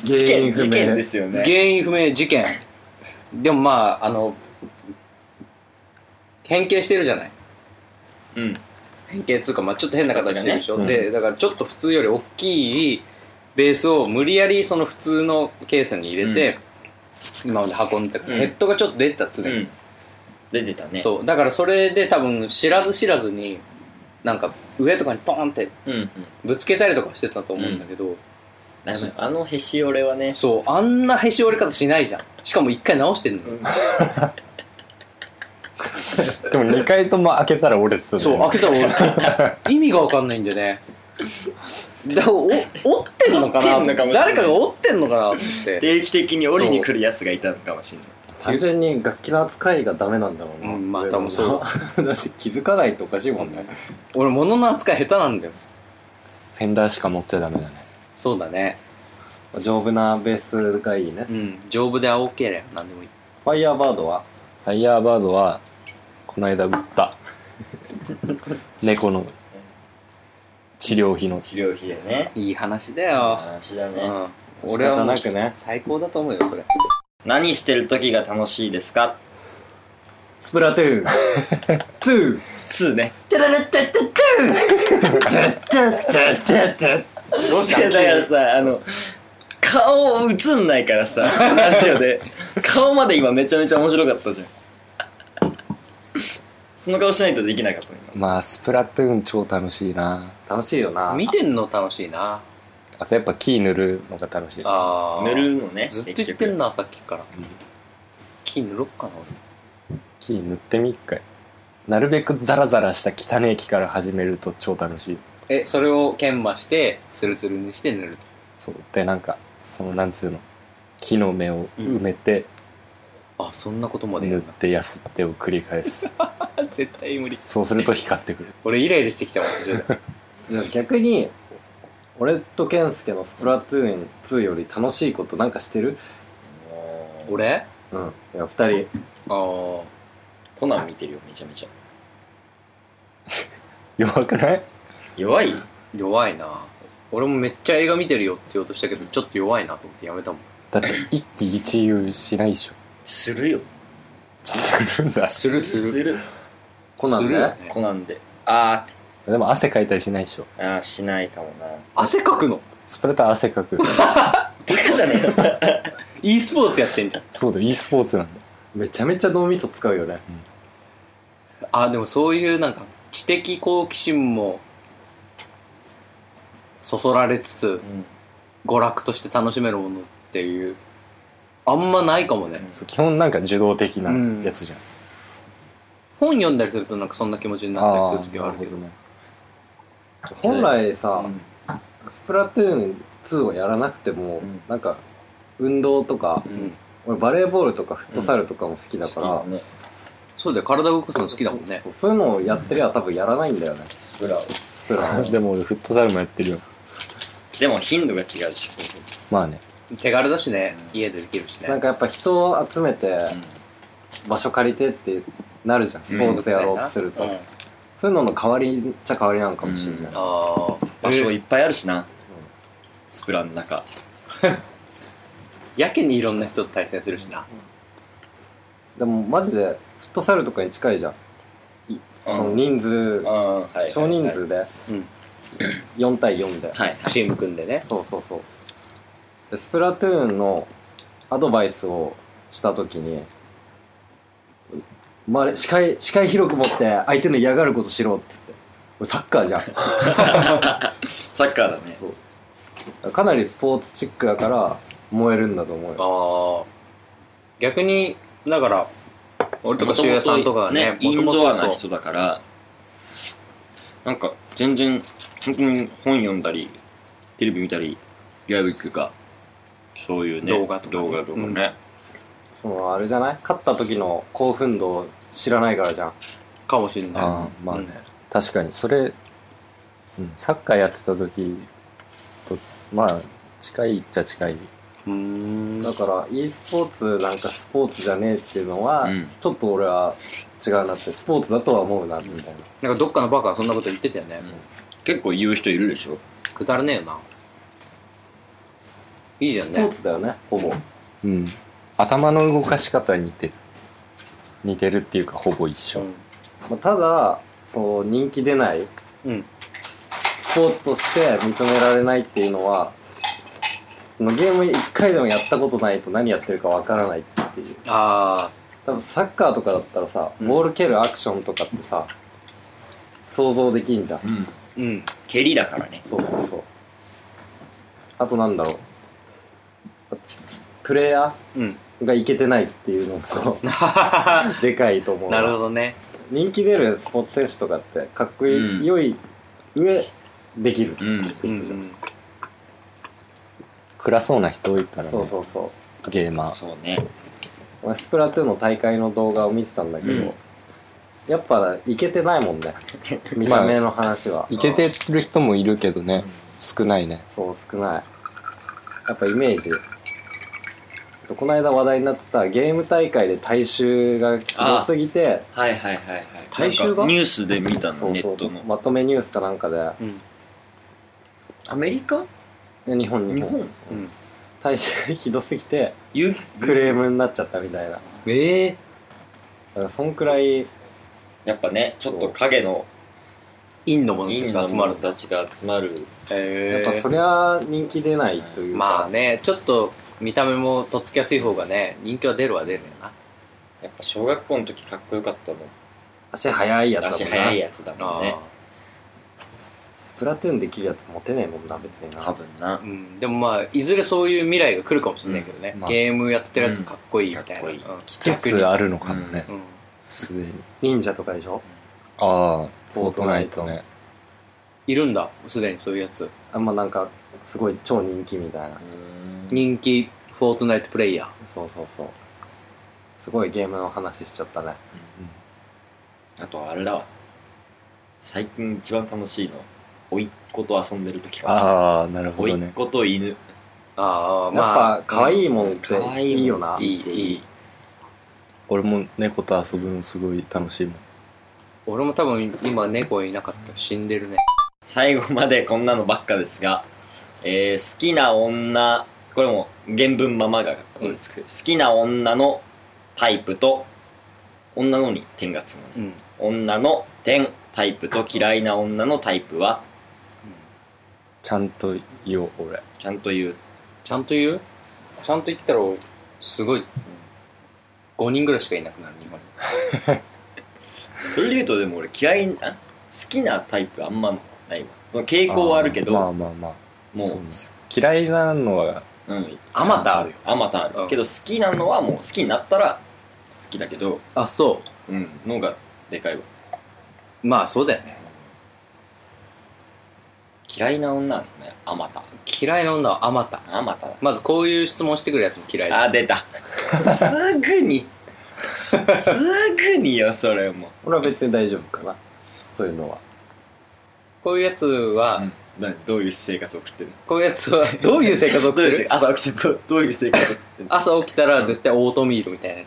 S1: 事件、
S3: 不
S1: 事
S3: 明
S1: 件ですよね。
S2: 原因不明事件。でもまあ、あの、変形してるじゃない。
S1: うん。
S2: 変形っつうか、まあ、ちょっと変な形してるでしょ、
S4: 形がね
S2: でだからちょっと普通より大きいベースを無理やりその普通のケースに入れて、今まで運んでた、
S1: うん
S2: ヘッドがちょっと出てたっつ
S1: う
S2: ね、
S1: ん。出てたね。
S2: そうだからそれで多分知らず知らずになんか上とかにトーンって
S1: うんうん。
S2: ぶつけたりとかしてたと思うんだけど、
S1: なるほどあのへし折れはね、
S2: そうあんなへし折り方しないじゃんしかも一回直してるのよ、
S4: でも2回とも開けたら折れてたんだ
S2: そう
S4: よね
S2: 開けたら 俺意味がわかんないんでねだからお折ってんのか
S1: 折ってんのかもしれ
S2: な
S1: ない
S2: 誰かが折ってんのかなって
S1: 定期的に折りに来るやつがいたのかもしれない。
S3: 単純に楽器の扱いがダメなんだろうな、
S2: うんまあ多分そう
S3: だって気づかないとおかしいもんね
S2: 俺物の扱い下手なんだよ
S4: フェンダーしか持っちゃダメだね
S2: そうだね
S3: 丈夫なベースがいいね
S2: うん丈夫で青ければ何でもいい
S3: ファイヤーバードは
S4: ファイヤーバードはこの間売った 猫の治療費の
S1: 治療費でね。
S2: いい話だよ、
S1: 話だ
S2: う
S1: ね。
S2: ん、俺はもう
S3: 仕方なくね
S2: 最高だと思うよそれ
S1: 何してる時が楽しいですか
S3: スプラトゥーン2
S1: ?2 ね。い
S2: どう
S1: やだからさ、あの、顔映んないからさ、ラジオで。顔まで今めちゃめちゃ面白かったじゃん。その顔しないとできなかった今。
S4: まあスプラトゥーン超楽しいな
S3: 楽しいよな
S2: 見てんの楽しいな
S4: あとやっぱ木塗るのが楽しい
S2: あー
S1: 塗るのね。
S2: ずっと言ってんなさっきから、
S4: うん
S2: 木塗ろっかな
S4: 木塗ってみっかいなるべくザラザラした汚い木から始めると超楽しい
S2: 俺えそれを研磨してツルツルにして塗る
S4: そうでなんかそのなんつうの木の芽を埋めて
S2: あそんなことまでや
S4: 塗っ
S2: るな
S4: てやすってを繰り返す
S2: 絶対無理
S4: そうすると光ってくる
S2: 俺イライラしてきちゃうわけ
S3: じゃあ逆に俺と健介のスプラトゥーン2より楽しいことなんかしてる
S2: 俺
S3: うんいや二人
S2: ああ
S1: コナン見てるよめちゃめちゃ
S4: 弱くない
S1: 弱い
S2: 弱いな俺もめっちゃ映画見てるよって言おうとしたけどちょっと弱いなと思ってやめたもん
S4: だって一喜一憂しないでしょ
S1: するよ
S4: するんだ
S2: するする
S1: する
S3: コナン
S2: するよ
S3: ね
S2: ね
S1: コナンであーっ
S4: でも汗かいたりしないでしょ
S1: てあーしないかもな
S2: 汗かくの
S4: スプラター汗かく
S1: バカじゃねえか
S2: e スポーツやってんじゃん
S4: そうだ e スポーツなんだ
S3: めちゃめちゃ脳みそ使うよね
S2: あでもそういうなんか知的好奇心もそそられつつ
S1: うん
S2: 娯楽として楽しめるものっていうあんまないかもね、
S4: そう基本なんか受動的なやつじゃん、
S2: 本読んだりするとなんかそんな気持ちになったりする時はあるけど
S4: ね
S3: 本来さ、
S1: うん
S3: スプラトゥーン2をやらなくても、
S1: うん
S3: なんか運動とか
S2: うん、
S3: 俺バレーボールとかフットサルとかも好きだから、
S1: 好きね
S2: そうだよ体動かすの好きだもんね
S3: そうそういうのをやってりゃ多分やらないんだよね
S1: スプラを
S3: スプラ
S4: でも俺フットサルもやってるよ
S1: でも頻度が違うし
S4: まあね
S2: 手軽だしね、
S1: うん
S2: 家でできるしね
S3: なんかやっぱ人を集めて場所借りてってなるじゃんスポーツやろうとすると、
S2: うんあ
S3: そういうのの代わりっちゃ代わりなのかもしれない、
S1: うん
S2: あ
S1: 場所い
S2: え
S1: っぱいあるしなスプラの中
S2: やけにいろんな人と対戦するしな
S3: でもマジでフットサルとかに近いじゃんいその人数、
S1: ああーはい
S3: 少人数で
S2: うん
S3: 4対4で、
S1: はい
S2: チーム組んでね
S3: そうそうそうでスプラトゥーンのアドバイスをした時に、まあ、視界視界広く持って相手の嫌がることしろっつって俺サッカーじゃん
S1: サッカーだね
S3: かなりスポーツチックだから燃えるんだと思うよ
S2: ああ逆にだから俺とか
S1: もと
S2: 周
S1: も
S2: 平さんとかはね
S1: イン
S2: もと
S1: ド
S2: も
S1: ア
S2: と
S1: な人だからなんか全然本当に本読んだりテレビ見たりライブ行くかそういうね
S2: 動画とかね
S1: 動画とかね、
S3: そのあれじゃない勝った時の興奮度を知らないからじゃん
S2: かもしれない
S4: あーまあね
S2: うん
S4: 確かにそれ、うん、サッカーやってた時とまあ近いっちゃ近い
S2: うん
S3: だから e スポーツなんかスポーツじゃねえっていうのは、
S1: うん
S3: ちょっと俺は違うなってスポーツだとは思うなみたいな、
S2: なんかどっかのバカがそんなこと言ってたよね、
S1: 結構言う人いるでしょ
S2: くだらねえよないいじゃん
S3: スポー
S2: ね
S3: ツだよねほぼ
S4: うん頭の動かし方に似てる似てるっていうかほぼ一緒、
S3: まあ、ただそう人気出ない
S2: うん、うん、
S3: スポーツとして認められないっていうのはそのゲーム1回でもやったことないと何やってるかわからないっていう
S2: ああ
S3: 多分サッカーとかだったらさ
S2: うん
S3: ボール蹴るアクションとかってさ想像できんじゃん
S1: うん
S2: うん
S1: 蹴りだからね
S3: そうそうそうあとなんだろうプレイヤ
S2: うん
S3: ーがいけてないっていうのも でかいと思う
S2: なるほどね
S3: 人気出るスポーツ選手とかってかっこいい、
S1: うん
S3: 良い上できる
S1: うん
S2: うん、
S3: 人じゃん
S4: 暗そうな人多いからね
S3: そうそうそ
S4: ゲーマー
S1: そうね
S3: う俺スプラトゥーンの大会の動画を見てたんだけど、
S1: うん
S3: やっぱいけてないもんね見た目の話は、
S4: いけてる人もいるけどね少ないね
S3: そう少ないやっぱイメージこの間話題になってたゲーム大会で大衆がひどすぎて
S1: はいはいはいはい
S2: 大衆が
S1: なんかニュースで見た
S3: そ
S1: の
S3: う
S1: ネ
S3: そ
S1: ッ
S3: う
S1: トの
S3: まとめニュースかなんかで
S2: うん
S1: アメリカ
S3: いや日本日
S1: 日
S3: 本
S1: 本
S2: うん
S3: 大衆ひどすぎて
S1: ゆ
S3: クレームになっちゃったみたいなだ
S2: ええ
S3: からそんくらい
S1: やっぱねちょっと影の
S2: インの者
S1: い
S2: た
S1: い
S2: ち
S1: な
S2: が集まるんだ
S1: たちが集まる
S2: え
S3: やっ
S2: え
S3: ぱそりゃ人気出ないというか、
S2: まあねちょっと見た目もとっつきやすい方がね人気は出るは出るよな
S1: やっぱ小学校の時かっこよかったの
S3: 足速いやつだもん
S1: 足
S3: な
S1: 速いやつだもんね
S2: あ
S3: スプラトゥーンできるやつ持てねえもんな別にな
S1: 多分な
S2: あうんでもまあいずれそういう未来が来るかもしれないけどね、
S4: うんまあ
S2: ゲームやってるやつかっこいいみたいな、
S1: うん
S2: うん
S1: かっこ
S4: きつつあるのかもね
S2: 逆にうん
S4: すで、に
S3: 忍者とかでしょ
S4: ああ
S3: フ
S4: フ
S3: ォー
S4: ォー
S3: ト
S4: ト
S3: ナ
S4: ナ
S3: イ
S4: イ
S3: ト
S4: トね
S2: いるんだすでにそういうやつ
S3: あんまなんかすごい超人気みたいな
S2: 人気フォートナイトプレイヤー
S3: そうそうそうすごいゲームの話しちゃったね
S1: あとあれだわ最近一番楽しいの甥っ子と遊んでる時かもしれない
S4: ああなるほ
S1: 甥
S4: ど
S1: っ
S4: ね
S1: 子と犬
S2: ああ、
S3: や
S2: ま
S3: っ
S2: あ。
S3: ぱ可愛いもんって
S1: 可愛い
S3: い
S1: もん
S3: いよない
S2: い、いい。
S4: 俺も猫と遊ぶのすごい楽しいもん
S2: 俺も多分今猫いなかったら死んでるね。
S1: 最後までこんなのばっかですが、えー好きな女これも原文ままが後でつく、好きな女のタイプと女のに点がつくのね
S2: うん。
S1: 女の点タイプと嫌いな女のタイプは
S4: ちゃんと言おう俺
S1: ちゃんと言う
S2: ちゃんと言うちゃんと言ったら俺、すごい、5人ぐらいしかいなくなる、日本に。
S1: それで言うとでも俺嫌いな好きなタイプあんまないわその傾向はあるけど
S4: あーまあまあまあ
S1: も
S4: そううね嫌いなのは
S1: うん
S2: あまたあるよ。
S1: あまたある、
S2: うん
S1: けど好きなのはもう好きになったら好きだけど
S2: あ、そ
S1: うんのがでかいわ
S2: う。まあそうだよね。
S1: 嫌いな女なのねあまた
S2: 嫌いな女はあまた。
S1: あまただ
S2: まずこういう質問してくるやつも嫌いだ。
S1: あ出たすぐ にすぐによそれも
S3: 俺は別に大丈夫かなそういうのは
S2: こういうやつは、
S1: などういう生活を送ってる
S2: こういうやつは、 どういう生活を
S1: のどう
S2: 送っ
S1: いう
S2: て
S1: 生活
S2: る
S1: 朝起きてどどういう生活を送ってる
S2: 朝起きたら絶対オートミールみたいな や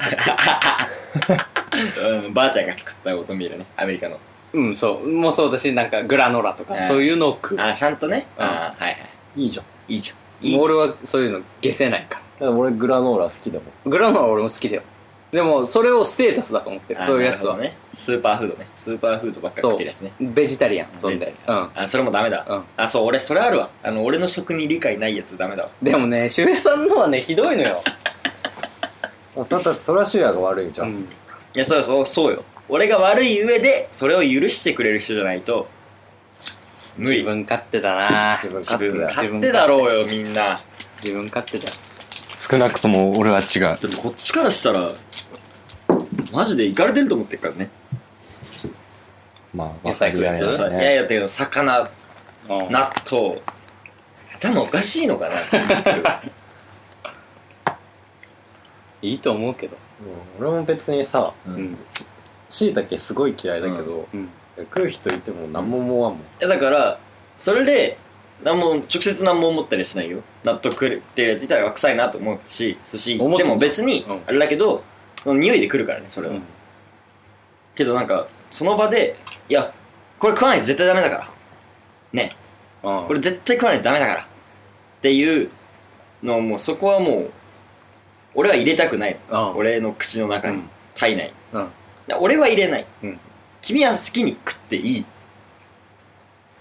S2: つ。
S1: の、うん、ばあちゃんが作ったオートミールねアメリカの
S2: うん、そう。もうそうだし、なんかグラノラと
S1: う
S2: か、
S1: ん
S2: そういうのを食う。
S1: あちゃんとね、
S2: うん
S1: あはいはい
S3: いいじゃん
S1: いいじゃんいい
S2: もう俺はそういうの消せないから。
S3: だから俺グラノーラ好きだもん
S2: グラノーラ俺も好きだよ。でも、それをステータスだと思ってる。
S1: あ
S2: そういうやつは。
S1: なるほどねスーパーフードねスーパーフードばっかり食ってるやつね
S2: ベジタリアン、そん
S1: ベ
S2: で
S1: ジ。
S2: う
S1: あそれもダメだ、
S2: うん
S1: あそう俺それあるわあの俺の食に理解ないやつダメだわ
S2: ん。でもね、シュウエイさんのはね、ひどいの よ。
S3: だだってそれはシュアが悪いじゃん、
S1: いやそうそうそうよ俺が悪い上でそれを許してくれる人じゃないと無
S2: 自
S1: 理
S2: 分勝手だな
S3: 自分
S1: 自
S3: 勝
S1: 分
S3: 手だよ
S1: 勝手だろうよみんな
S2: 自分勝手だ。
S4: 少なくとも俺は違う
S1: だってこっちからしたらマジでいかれてると思ってるからね
S4: まあわかり合え
S1: いや
S4: ない
S1: いやい
S4: ね
S1: やだけど魚
S2: うん
S1: 納豆頭おかしいの かなって思ってる
S2: いいと思うけど。
S3: うん俺も別にさ
S1: う
S2: うん
S1: い
S2: ん。
S3: しいたけすごい嫌いだけど、
S2: うん。
S3: 食う人いても何も思わんもん、
S1: やだからそれで何も直接何も思ったりはしないよ納豆食ってるやついたら臭いなと思うし寿司
S2: 思っ
S1: で
S2: てんだ
S1: も別に
S2: うん
S1: あれだけど、その匂いで来るからねそれは、
S2: うん
S1: けどなんかその場でいやこれ食わないと絶対ダメだからねこ
S2: これ、
S1: れ絶対食わないとダメだからっていうのをもうそこはもう俺は入れたくない
S2: うん
S1: 俺の口の中に、
S2: うん
S1: 体内、
S2: うん
S1: だ俺は入れない、
S2: うん
S1: 君は好きに食っていい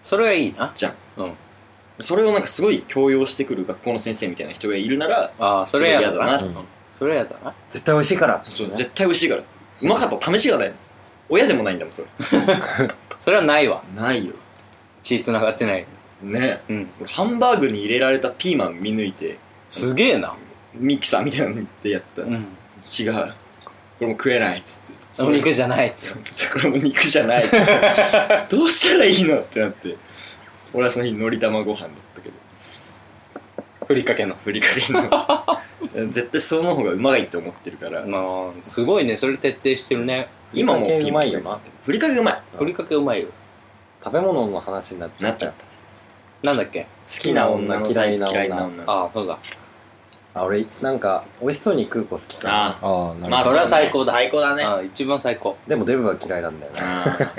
S2: それはいいな。
S1: じゃん
S2: うん。
S1: それをなんかすごい強要してくる学校の先生みたいな人がいるなら
S2: ああ、それやだ
S1: それ嫌
S2: な。
S1: だ
S4: な
S2: うんそれやだな。
S3: 絶対美味しいから
S1: そう絶対美味しいからうまかったら試しがない親でもないんだもんそれ
S2: それはないわ。
S1: ないよ
S2: 血繋がってない。
S1: ねえ
S2: うん。
S1: 俺ハンバーグに入れられたピーマン見抜いて
S2: すげえな。
S1: ミキサーみたいなのでやった、
S2: うん。
S1: 違うこれも食えないっつって
S2: お肉じゃない。
S1: これも肉じゃないどうしたらいいのってなって俺はその日のり玉ご飯だったけど
S2: ふりかけの。
S1: ふりかけの絶対その方がうまいと思ってるから
S2: ああ、すごいね。それ徹底してるね。
S1: 今も
S3: ふりかけうまいよ
S1: ピン
S3: な
S1: ふりかけうまい
S2: ふりかけうまいよ。
S3: 食べ物の話になっちゃ
S1: な
S3: っ
S1: っち
S3: た
S1: ゃった好
S2: なんだっけ
S1: きな女の
S3: 嫌いな
S1: 嫌
S3: 女
S1: いな女
S2: ああ、そうだ。
S3: あ俺なんか美味しそうに食う子好きかな
S1: あ
S4: ああな
S1: あ
S4: る
S1: まあ
S2: それは最高だ
S1: 最高だね
S2: ああ、一番最高。
S3: でもデブは嫌いなんだよね
S1: あ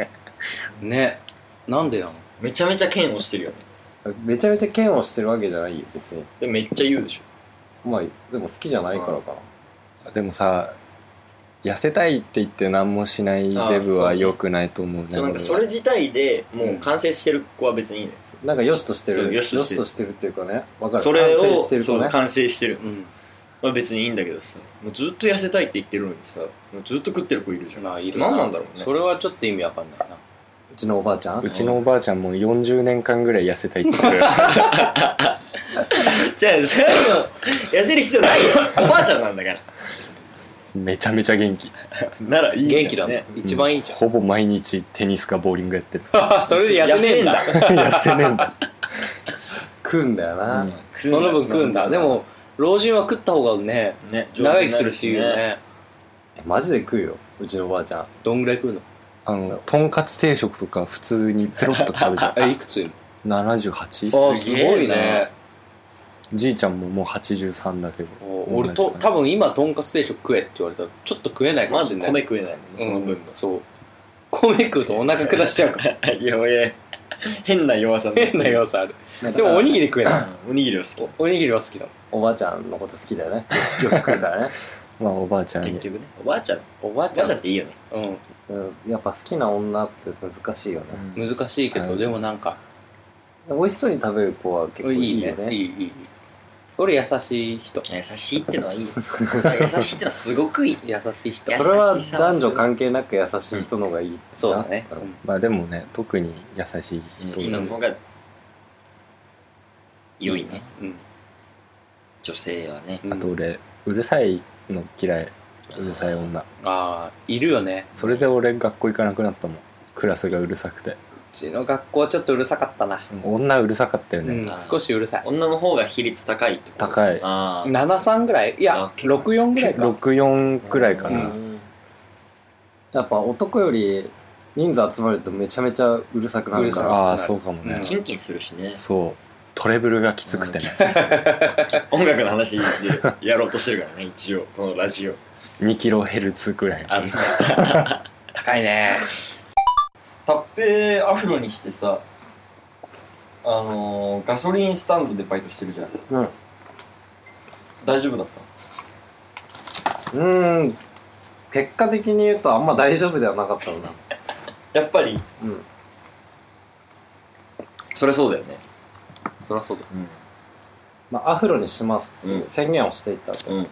S2: ね。なんでなの
S1: ーめちゃめちゃ嫌悪してるよね
S3: めちゃめちゃ嫌悪してるわけじゃないよ別に
S1: でめっちゃ言うでしょ
S3: まあでも好きじゃないからかな
S4: ほどでもさ痩せたいって言って何もしないデブは良くないと思うね
S1: そうなんか
S4: 俺は
S1: それ自体でもう完成してる子は別にいいね
S3: なんかよしとして
S1: そう
S3: る
S1: 良
S3: よ
S1: し
S3: し
S1: としてる
S3: としてるっていうかねわかる
S1: それを
S3: 完成してる
S1: そ
S3: と
S1: う
S3: ね
S1: 完成してる
S2: うん。
S1: まあ別にいいんだけどさもうずっと痩せたいって言ってるのにさもうずっと食ってる子いるじゃん
S2: まあ、いる
S1: 何なんだろうね
S2: それはちょっと意味わかんないな。
S3: うちのおばあちゃん
S4: うちのおばあちゃんも40年間ぐらい痩せたいって言ってる
S1: じゃあそういうの痩せる必要ないよおばあちゃんなんだから
S4: めちゃめちゃ元気
S1: ならいいじゃん
S2: 元気だね
S1: ね。
S2: 一番いいじゃん。
S4: ほぼ毎日テニスかボーリング やってる
S2: あそれで痩せねえんだ。
S4: 痩せねえんだ
S3: 食うんだよな、
S2: その分食うんだ。でも、老人は食った方がね、
S1: ね
S2: 長生きするっていうよね。
S3: えマジで食うようちのおばあちゃん
S2: どんぐらい食うの
S4: あのとんかつ定食とか普通にペロッと食べちゃう
S2: え、いくついる
S4: 78?
S5: ああ、すごい
S1: すげえ
S5: ね。
S4: じいちゃんももう83だけど
S2: お俺
S4: 同
S2: と
S4: じかな
S2: 多分今とんかつ定食食えって言われたらちょっと食えないかも
S1: ま
S2: しれ
S1: ず
S2: ない、
S1: 米食えないもんね、その分
S2: うんそう米食うとお腹下しちゃうから
S1: の。いやばい。変な弱さね
S2: 変な要 素ある
S3: なんか
S2: でもおにぎり食え ない
S1: うんおにぎりは好
S2: おにぎりは好きだもん
S3: おばあちゃんのこと好きだよね。よく食うからね。
S4: まあおばあちゃ
S1: き。
S4: んに
S1: 結局ね。おばあちゃん。
S2: おばあ
S1: お
S2: ち
S1: ばあ
S2: ゃん
S1: ちゃんっていいよね。
S2: うん
S3: うんやっぱ好きな女って難しいよね。
S2: 難しいけど、
S4: はい
S2: でもなんか
S3: 美味しそうに食べる子は結構い
S2: い
S3: い
S2: い
S3: よ
S2: ね
S3: ね。
S2: いいいい俺優しい人
S1: 優しいってのはいい。優しいってのはすごくいい。
S2: 優しい人
S1: 優し
S3: それは男女関係なく優しい人の方がいいじゃん。
S2: そうだね、
S3: ん
S4: まあでもね特に優しい人
S1: 人の方が良いね。
S2: うん
S1: 女性はね。
S2: うん
S4: あと俺うるさいの嫌いうるさい女
S2: ああいるよね
S4: それで俺学校行かなくなったもんクラスがうるさくて、
S2: うちの学校はちょっとうるさかったな、
S4: 女うるさかったよ
S2: う
S4: ね、
S2: ん、少しうるさい
S1: 女の方が比率高いってこと
S4: 高い
S1: ああ。
S2: 73ぐらいいや
S1: あ結構
S2: 64ぐらいか
S4: 64くらいか
S2: う
S4: な、
S2: ん
S3: やっぱ男より人数集まるとめちゃめちゃうるさくな
S2: う
S3: るか
S2: るさ
S3: ら。
S4: ああそうかもね、
S2: うん
S1: キンキンするしね。
S4: そうトレブルがきつくてね、
S1: 音楽の話でやろうとしてるからね、一応。このラジオ。
S4: 2キロヘルツくらい
S1: あの
S2: 高いね
S6: タッペーアフロにしてさあのー、ガソリンスタンドでバイトしてるじゃん
S3: うん
S6: 大丈夫だった
S3: うーん。結果的に言うとあんま大丈夫ではなかったのな。
S6: やっぱり
S3: うん。
S1: そりゃそうだよね。
S2: そりゃそうだ
S3: まあ、アフロにしますっていう
S1: うん
S3: 宣言をしていったわけ。
S1: うん。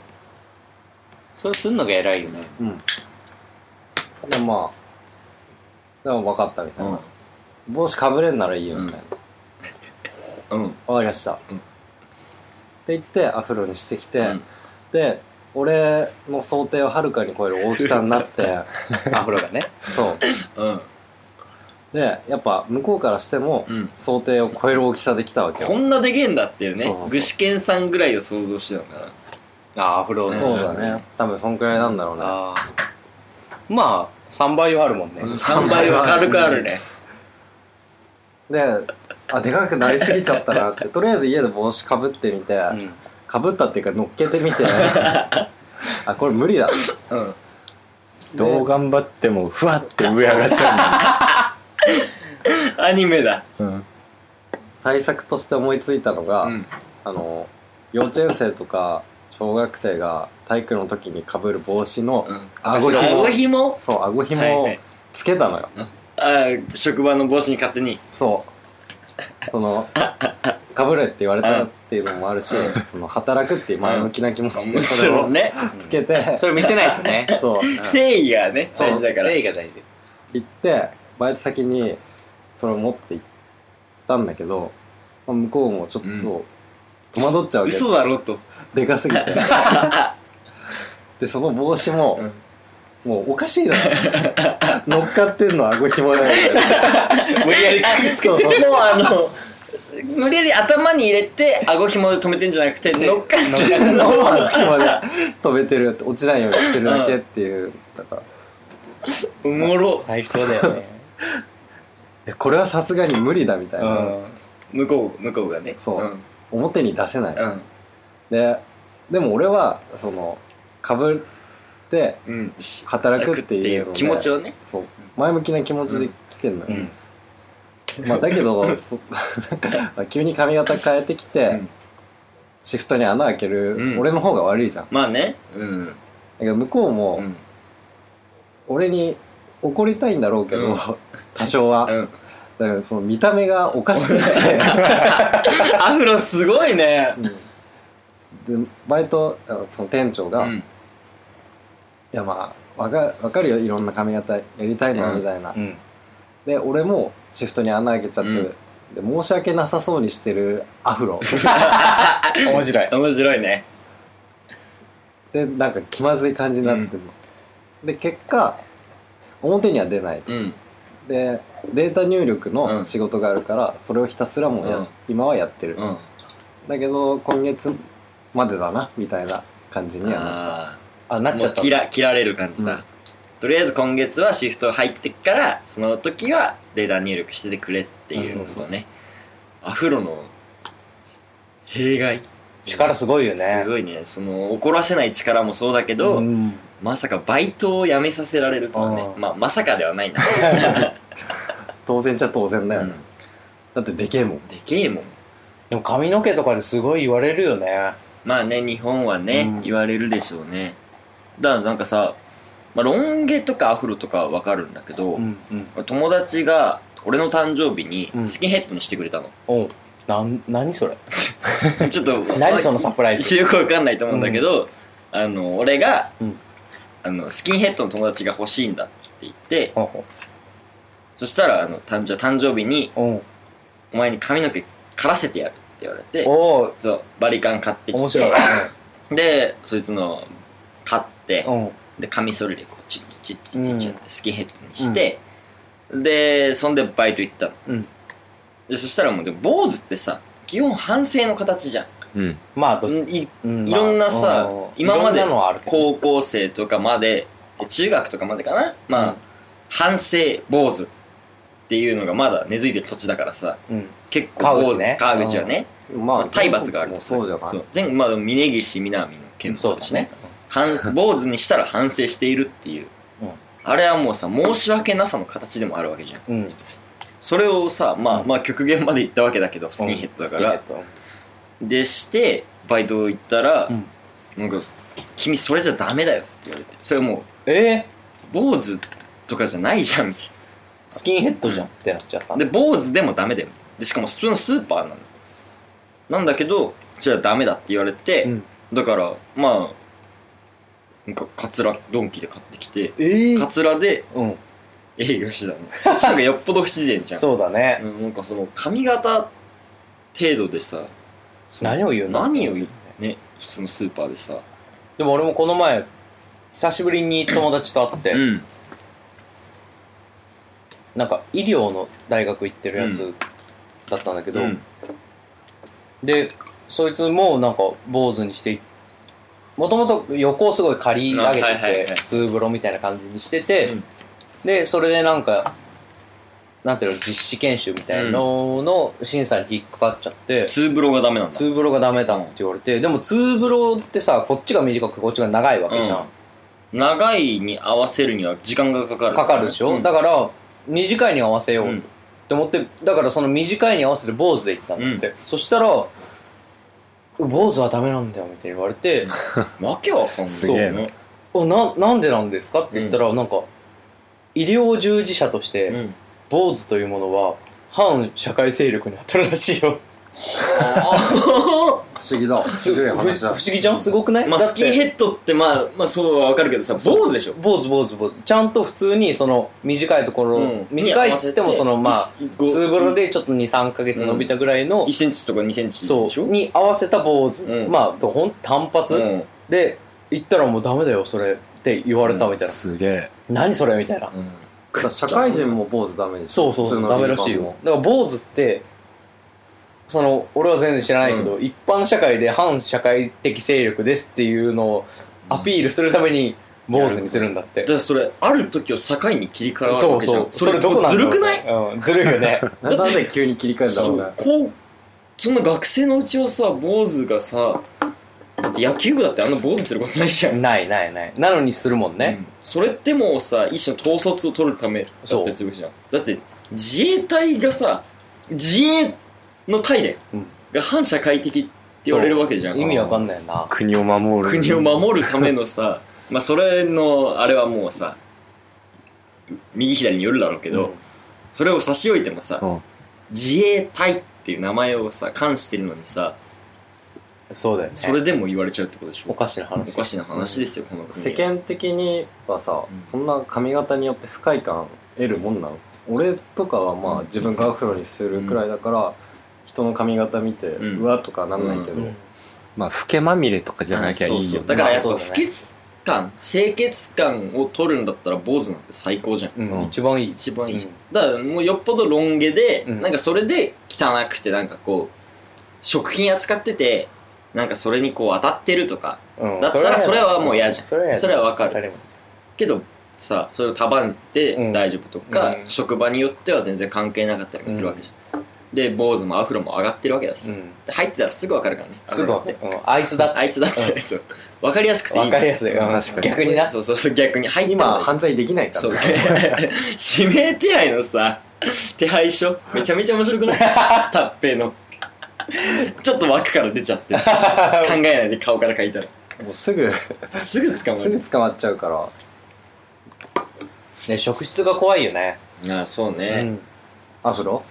S2: それすんのが偉いよね
S3: でまあ、でも分かったみたいな。
S1: う
S3: 帽子かぶれんならいいよみたいな。
S1: ん。うん。
S3: わかりました。
S1: うん
S3: って言って、アフロにしてきて、
S1: うん
S3: で、俺の想定をはるかに超える大きさになって、
S2: アフロがね
S3: そう。
S1: うん。
S3: で、やっぱ向こうからしても、
S1: うん。
S3: 想定を超える大きさで来たわけ
S1: こ
S3: よ。
S1: んなでけえんだっていう
S3: そう
S1: ね
S3: そうそう
S1: 具志堅さんぐらいを想像してたのか
S2: あーアフロね
S3: そうだね。多分そんくらいなんだろうね。
S2: あーまあ3倍はあるもんね
S1: な3倍は軽くあるね
S3: で、あ、でかくなりすぎちゃったなって、とりあえず家で帽子かぶってみて、
S2: うん
S3: かぶったっていうか乗っけ てみて、あ、これ無理だ。
S1: うん
S4: どう頑張ってもふわって上上がっちゃ
S1: アニメだ
S4: う、うん、
S3: 対策として思いついたのが、
S1: うん
S3: あの幼稚園生とか小学生が体育の時にかぶる帽子の
S1: うん
S3: 顎紐
S1: 顎ひも
S3: そう顎紐
S1: はいは
S3: を
S1: い
S3: つけたのよ、
S1: あ職場の帽子に勝手に
S3: そうそのかぶれって言われたっていうのもあるしその働くっていう前向きな気持ちで
S1: むし
S3: それ
S1: ろ
S3: を
S1: ね
S3: つけて
S2: それ見せないとね
S3: そう
S1: 誠意がね大事だから
S2: 誠意が 大事
S3: 行ってバイト先にそれを持って行ったんだけど、まあ向こうもちょっと戸惑っちゃうわけ、
S1: 嘘だろと
S3: でかすぎ てでその帽子も、もうおかしいな乗っかってんの顎ひもだ よ
S2: 無理やりくっつけ
S3: そう
S2: て
S1: もうあの無理やり頭に入れて顎ひもで止めてんじゃなくて乗っかってるのを
S3: 顎ひもで止めてる落ちないようにしてるだけっていう、だから
S1: おもろ
S2: 最高だよね
S3: えこれはさすがに無理だみたいうな、
S2: ん
S1: 向こう向こうがね
S3: そうん表に出せない、
S1: うん
S3: ででも俺はそのかぶって
S1: うん
S3: 働くっていうので
S1: 気持ちをね
S3: そう前向きな気持ちで来てんのよ、
S2: うん
S3: まあ、だけ どそ 急に髪型変えてきて、
S1: うん
S3: シフトに穴開け
S1: う
S3: る
S1: ん
S3: 俺の方が悪いじゃん、
S1: まあねうん
S3: だけど向こう
S1: う
S3: も
S1: ん
S3: 俺に怒りたいんだろうけど、
S1: うん
S3: 多少は、
S1: うん
S3: だからその見た目がおかし くて、
S1: アフロすごいね
S3: うんでバイトあその店長が、いやまあわかわかるよいろんな髪型やりたいのは
S1: うん
S3: みたいな、
S2: うん
S3: で俺もシフトに穴開けちゃってる、で申し訳なさそうにしてるアフロ
S4: 面白い
S1: 面白いね
S3: でなんか気まずい感じになってるの、で結果表には出ないと
S1: うん
S3: でデータ入力
S1: う
S3: の
S1: ん
S3: 仕事があるから、それをひたすらもうや、
S1: うん
S3: 今はやってる、
S1: うん
S3: だけど今月までだなみたいな感じにはなる
S1: あ
S2: あな
S1: あ
S2: っち
S1: も
S2: ゃっ
S1: う
S2: た
S1: 切ら切られる感じだ、
S3: うん
S1: とりあえず今月はシフト入ってっからその時はデータ入力しててくれっていう
S3: そ
S1: こ
S3: うそうそう
S1: とねアフロの弊害
S2: 力すごいよね
S1: すごいねその怒らせない力もそうだけど、
S2: うん
S1: まさかバイトを辞めさせられるとはね
S2: あー
S1: まあまさかではないな、
S3: 当然ちゃ当然だよ
S1: うん
S3: ね、だってでけえもん
S1: でけえもん
S2: でも髪の毛とかですごい言われるよね
S1: まあね日本はね、
S2: うん
S1: 言われるでしょうねだからなんかさ、まあ、ロン毛とかアフロとかはわかるんだけど、
S2: んうん
S1: 友達が俺の誕生日に
S2: うん
S1: スキンヘッドにしてくれたの、
S2: おなん何それ
S1: ちょっと
S2: 何そのサプライズ
S1: 一応 よくわかんないと思うんだけど、あの俺が、
S2: うん
S1: あのスキンヘッドの友達が欲しいんだって言って
S2: ほうほ
S1: そしたらあの誕生誕生日に
S2: ううん
S1: 「お前に髪の毛刈らせてやる」って言われて
S2: おお
S1: そうバリカン買って
S2: 面
S1: きて
S2: 白い
S1: でそいつの買って、
S2: うん
S1: でカミソリでこうチッチッチッチッチッってスキンヘッドにして、でそんでバイト行ったの、
S2: うん
S1: でそしたらもうでも坊主ってさ基本反省の形じゃん
S4: うん。
S2: まあどっ
S1: い
S2: うん
S1: いろんなさ
S2: うん
S1: 今まで
S2: いろんなのはあるけど
S1: 高校生とかまで中学とかまでかなまあ、
S2: うん
S1: 反省坊主っていうのがまだ根付いてる土地だからさ
S2: うん
S1: 結構
S2: 川
S1: 坊
S2: 口
S1: 主
S2: ね
S1: 川口はね、
S3: ま
S1: まあ、体罰がある
S3: も
S1: と
S3: うそうじゃない
S1: そう全まあでも峯岸みなみの件も
S2: そう
S1: だ
S2: だ
S1: しね
S2: ね
S1: 反坊主にしたら反省しているっていう、
S2: うん
S1: あれはもうさ申し訳なさの形でもあるわけじゃん
S2: うん
S1: それをさまあ、
S2: うん
S1: まあ極限まで行ったわけだけどスキンヘッドだから、
S2: スキンヘッ
S1: でしてバイト行ったら、
S2: うん
S1: なんか「君それじゃダメだよ」って言われてそれも
S2: ドええ
S1: う坊主とかじゃないじゃんみたい
S2: スキンヘッドじゃんってなっちゃった
S1: なで坊主でもダメだよでしかも普通のスーパーなのなんだけどそれはダメだって言われて、
S2: うん
S1: だからまあなんかカツラドンキで買ってきて
S2: ええ
S1: カツラで
S2: うん
S1: 営業してたのそっちなんかよっぽど不自然じゃん
S2: そうだね
S1: うんなんかその髪型程度でさその
S2: 何を言うの
S1: 何を言うね普通のスーパーでさ
S2: でも俺もこの前久しぶりに友達と会って、
S1: うん
S2: なんか医療の大学行ってるやつだったんだけど、
S1: うん
S2: でそいつもなんか坊主にしてもともと横をすごい刈り上げ
S1: あはいはい
S2: て
S1: は
S2: て
S1: い
S2: ツーブロみたいな感じにしてて、
S1: うん
S2: でそれでなんかなんていうの実施研修みたいのの審査に引っかかっちゃって、
S1: ツーブロがダメなんだ
S2: ツーブロがダメだって言われてでもツーブロってさこっちが短くこっちが長いわけじゃん、
S1: 長いに合わせるには時間がかかる
S2: かかるでしょ、
S1: うん
S2: だから短いに合わせよ
S1: う
S2: うんって思って、だからその短いに合わせて坊主で行ったんだって、そしたら「坊主はダメなんだよ」みたいに言われて
S1: わけわかんない
S4: すげえな
S1: ね
S2: 「おななんでなんですか?」って言ったら、なんか医療従事者とし
S1: う
S2: て
S1: ん
S2: 坊主というものは反社会勢力に当たるらしいよ
S3: 不思議だすごい
S2: 不不
S3: 話だ
S2: 思議じゃんすごくない、
S1: まあ
S2: だっ
S1: ス
S2: て
S1: キンヘッドってまあまあそうはわかるけどさ坊主でしょ
S2: 坊主坊主坊主ちゃんと普通にその短いところ、
S1: うん
S2: 短いっつってもそのまあ
S1: ご
S2: ツーブロでちょっと23ヶ月伸びたぐらいの、
S1: 1センチとか2センチでし
S2: そ
S1: ょ
S2: うに合わせた坊主、
S1: うん
S2: まあどほん単発、
S1: うん
S2: で行ったらもうダメだよそれって言われたみたいな、
S4: すげえ。
S2: 何それみたいな、
S1: うん
S3: だから社会人も坊主ダメでしょ
S2: そうそう
S3: 普通
S2: そう
S3: の
S2: ダメらしい
S3: ビーバー
S2: よ
S3: も
S2: だから坊主ってその俺は全然知らないけど、一般社会で反社会的勢力ですっていうのをアピールするために坊主にするんだって、
S1: だからそれある時を境に切り替わる
S2: そ
S1: わ
S2: う
S1: けじ
S2: そ
S1: ゃ
S2: うん
S1: それどこずるくない
S2: うんずるい よね
S3: ななんで急に切り替えた
S1: そ
S3: んだろう
S1: う
S3: ね
S1: こうそんな学生のうちをさ坊主がさだって野球部だってあんな坊主することないじゃん
S2: ないないないなのにするもんね、
S1: うんそれってもうさ一種の統率を取るためだったりするじゃんだって自衛隊がさ自衛の隊だよ、
S2: うん
S1: が反社会的って言われるわけじゃん
S2: 意味わかんないよな
S4: 国を守る。
S1: 国を守るためのさまあそれのあれはもうさ右左によるだろうけど、
S2: うん
S1: それを差し置いてもさ、
S4: うん
S1: 自衛隊っていう名前をさ冠してるのにさ
S2: そうだよね
S1: それでも言われちゃうってことでしょ
S2: おかしな話
S1: おかしな話ですよ、この国
S3: 世間的にはさ、
S1: うん
S3: そんな髪型によって不快感得るもんなの俺とかはまあ自分がアフロにするくらいだから、人の髪型見て、
S1: う
S3: うんわとかなんないけど、
S2: うん
S4: まあ、老けまみれとかじゃなきゃいいよね。
S1: そうそうだからやっぱ
S2: ま
S1: 不
S2: あそうだね
S1: 潔感、清潔感を取るんだったら坊主なんて最高じゃん
S2: うん
S4: うん
S2: 一番いい
S1: 一番いいじゃん、
S2: うん
S1: だからもうよっぽどロン毛で、
S2: うん
S1: なんかそれで汚くてなんかこう食品扱っててなんかそれにこう当たってるとか
S2: うん
S1: だったらそれはもう嫌じゃん
S2: それは嫌だ
S1: それはわかる
S2: 当たり前
S1: けどさそれを束ねて大丈夫とか、
S2: うん
S1: 職場によっては全然関係なかったりもするわけじゃん、で坊主もアフロも上がってるわけだし、
S2: うん。
S1: で入ってたらすぐ分かるからね
S2: すぐ
S1: あ
S2: わ
S1: の
S2: うんあいつだっ
S1: あいつだってないですよ分かりやすくて
S2: て。
S1: いい
S2: わかりやすい。うん
S3: 確かに
S2: 逆にな。
S1: そうそうそう逆に入って
S3: 今、犯罪できないから。
S1: そう指名手配のさ手配書めちゃめちゃ面白 くないタッペイのちょっと枠から出ち ゃってる考えないで顔から書いたら
S3: もうすぐ、す
S1: すぐ捕ま
S3: ぐ
S1: る
S3: 捕まっちゃうから。
S2: ね、職質が怖いよね。
S1: ああそう
S2: う
S1: ね、
S2: ん。
S3: アフロ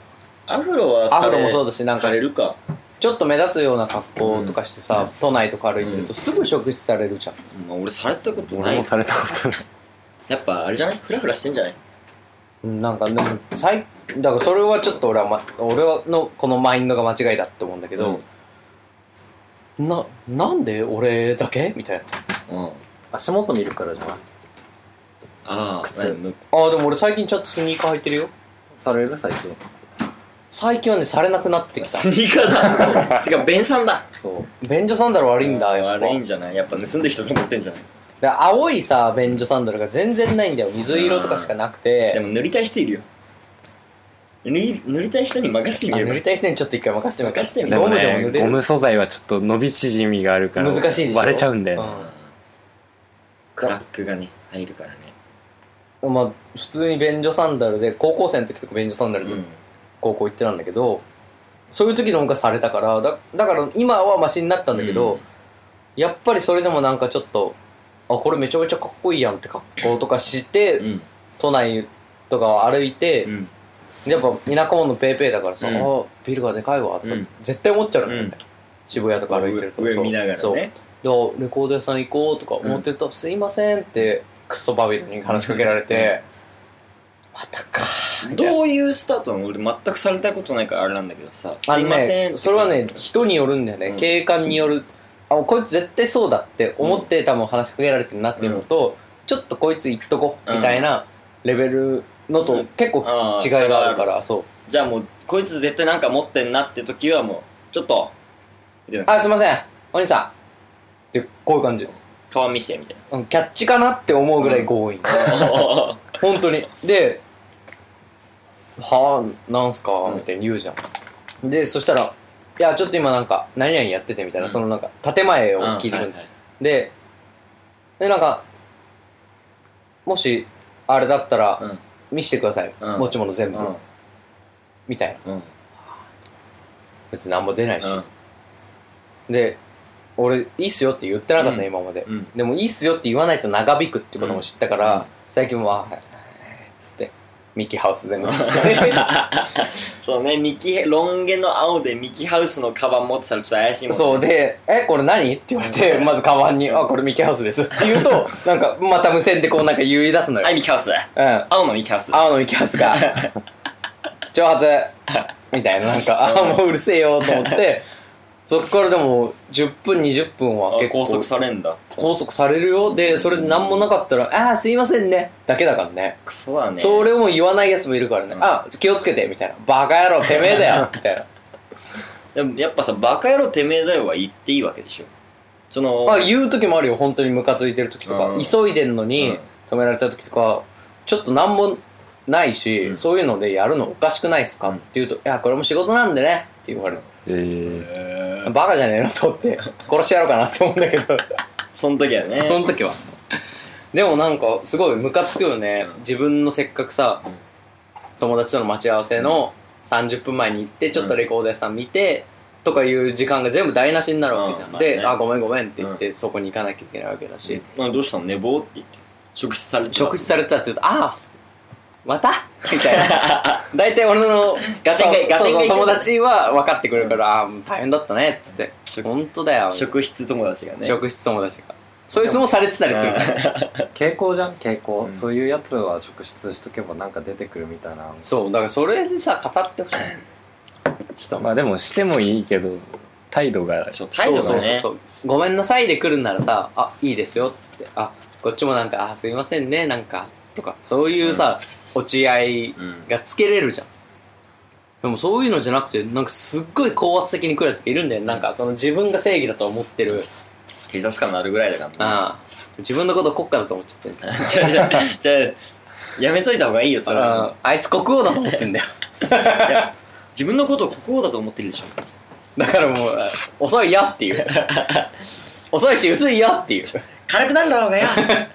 S1: アフロは
S2: アフロもそうだしなんか
S1: されるか
S2: ちょっと目立つような格好とかしてさ、都内とか歩いてるとすぐ職質されるじゃん。
S1: まあ俺されたことな
S4: 俺
S1: い
S4: もされたことない。
S1: やっぱあれじゃないフラフラしてんじゃない
S2: うん、なんか、でも、最、だからそれはちょっと俺は、ま、俺のこのマインドが間違いだって思うんだけ
S1: け
S2: ど、な、なんで俺だけみたいな。
S1: うん、あ
S3: 足元見るからじゃない
S1: あ
S3: 靴
S1: なんか
S2: ああ、でも俺最近ちゃんとスニーカー履いてるよ。
S3: される最近。最
S2: 最近はね、されなくなってきた
S1: ス。ニーカーだ てか便さんだ
S3: そう。
S2: 便所サンダル悪いんだ、やっぱ
S1: 悪い。んじゃないやっぱ盗んできたと思ってんじゃない
S2: で青いさ、便所サンダルが全然ないんだよ。水色とかしかなく
S1: で
S2: て。
S1: も塗りたい人いるよ塗り塗りたい人に任せて
S2: あ
S1: みれ
S2: 塗
S1: ば
S2: りたい人にちょっと一回任せてみようか
S1: 任せてみ
S4: で
S1: よ
S4: も
S2: ゴムでも塗
S4: ね
S2: れ、る。
S4: ゴム素材はちょっと伸び縮みがあるから、
S2: 難しいでしょ
S4: 割れちゃうんだよね。
S1: クラックがね入るからね
S2: うんまあ、普通に便所サンダルで、高校生の時とか便所サンダルで高校行ってたんだけど、そういう時の方がされたから、だだから今はマシになったんだけど、
S1: うん
S2: やっぱりそれでもなんかちょっと、あ、これめちゃめちゃかっこいいやんって格好とかして、
S1: うん
S2: 都内とかを歩いて、
S1: うん
S2: やっぱ田舎者のペーペーだからさ、
S1: うん
S2: あービルがでかいわとか、
S1: うん
S2: 絶対思っちゃうんだよ
S1: うん
S2: ね、渋谷とか歩いてると
S1: 上上
S2: そう
S1: 見ながら
S2: そう
S1: ね
S2: であレコード屋さん行こうとか思ってると「すいません」ってクソバビルに話しかけられて、またか
S1: どういうスタートなの俺全くされたことないからあれなんだけどさす
S2: あ
S1: い
S2: の
S1: ませ
S2: ね
S1: んって
S2: それはね人によるんだよね、
S1: うん
S2: 警官によるあこいつ絶対そうだって思って多分話しかけられてるなっていうのと、ちょっとこいつ言っとこ
S1: うん
S2: みたいなレベルの
S1: う
S2: と
S1: ん
S2: 結構
S1: あー
S2: 違いがあるから、そう
S1: じゃあもうこいつ絶対なんか持ってんなって時はもうちょっとみたいな
S2: あ、すいません、お兄さん。って、こういう感じ。
S1: 顔見してみたい
S2: うんキャッチかなって思うぐら い強引。
S1: な
S2: 本当に。で、はぁ、なんすかみたいに言うじゃん。で、そしたら、いや、ちょっと今なんか、何々やっててみたいな、
S1: うん
S2: そのなんか、建前を
S1: うん
S2: 聞いてくる
S1: はは
S2: で、で、なんか、もし、あれだった
S1: う
S2: ら
S1: ん、
S2: 見してください。
S1: うん
S2: 持ち物全部。
S1: うん
S2: みたいな。
S1: うん
S2: 別に何も出ないし。で、俺、いいっすよって言ってなかった、
S1: うん
S2: 今まで。
S1: うん
S2: でもいいっすよって言わないと長引くってことも知ったから、
S1: うん
S2: 最近は、はい、つって、ミキハウス全部出 して。
S1: そうねミキロン毛の青でミキハウスのカバン持ってたらちょっと怪しいもんね
S2: そうで、え、これ何って言われ て、まずカバンに、あ、これミキハウスですって言うと、なんか、また無線でこうなんか言い出すのよ。
S1: はいミキハウス
S2: うん。
S1: 青のミキハウス
S2: 青のミキハウ スが、挑発みたいな、なんか、あ、もううるせえよと思って、そっからでも、10分、20分は
S1: あ
S2: 結構
S1: 拘束されんだ
S2: 拘束されるよ。で、それで何もなかったら、あーすいませんね。だけだからね。
S1: クソだね
S2: それも言わないやつもいるからね、
S1: うん
S2: あ気をつけてみたいなバカ野郎てめえ だよみたいな
S1: でもやっぱさバカ野郎てめえだよは言っていいわけでしょその
S2: あ言う時もあるよ本当にムカついてる時とか、
S1: うん
S2: 急いでんのに
S1: うん
S2: 止められた時とかちょっと何もないし、
S1: うん
S2: そういうのでやるのおかしくないっすか、
S1: うん
S2: って言うと「いやこれも仕事なんでね」って言われる、
S4: えー
S1: えー
S2: バカじゃねえのと思って殺してやろうかなって思うんだけど
S1: その時はね
S2: その時は でもなんかすごいムカつくよね自分のせっかくさ
S1: うん
S2: 友達との待ち合わせの30分前に行ってちょっとレコード屋さん見てとかいう時間が全部台無しになるわけじゃ、
S1: うんんまあね
S2: で、あごめんごめんって言ってそこに行かなきゃいけないわけだし、
S1: まあどうしたの寝坊って言って職質されてた
S2: 職質されたって言うとああまたみたい な大体俺の
S1: ガテンがガテン
S2: そう
S1: が
S2: そうそう友達は分かってくれるから、ああー大変だったねっつって
S1: 職
S2: 本当だよ
S1: 職質友達がね
S2: 職質友達がそいつもされてたりするから
S3: 傾向じゃん傾向、
S1: うん
S3: そういうやつは職質しとけばなんか出てくるみたいな
S2: そうだからそれでさ語ってほし い人
S4: まあでもしてもいいけど、態度が、
S1: そう態度がね
S2: そうそうそうそうごめんなさいで来るんならさ「あいいですよ」って「あこっちもなんかあすいませんね」なんかとかそういうさ、落ち合い
S1: うん
S2: がつけれるじゃんでもそういうのじゃなくてなんかすっごい高圧的に来るやつがいるんだよなんかその自分が正義だと思ってる、
S1: 警察官になるぐらいだからね
S2: ああ自分のこと国家だと思っちゃってる
S1: じ ゃあじゃあじゃあやめといた方がいいよそれは
S2: ああいつ国王だと思ってんだよ
S1: いや自分のことを国王だと思ってるでしょ。
S7: だからもう、遅いやっていう。遅いし薄いやっていう。
S1: 軽くなるだろうがよ。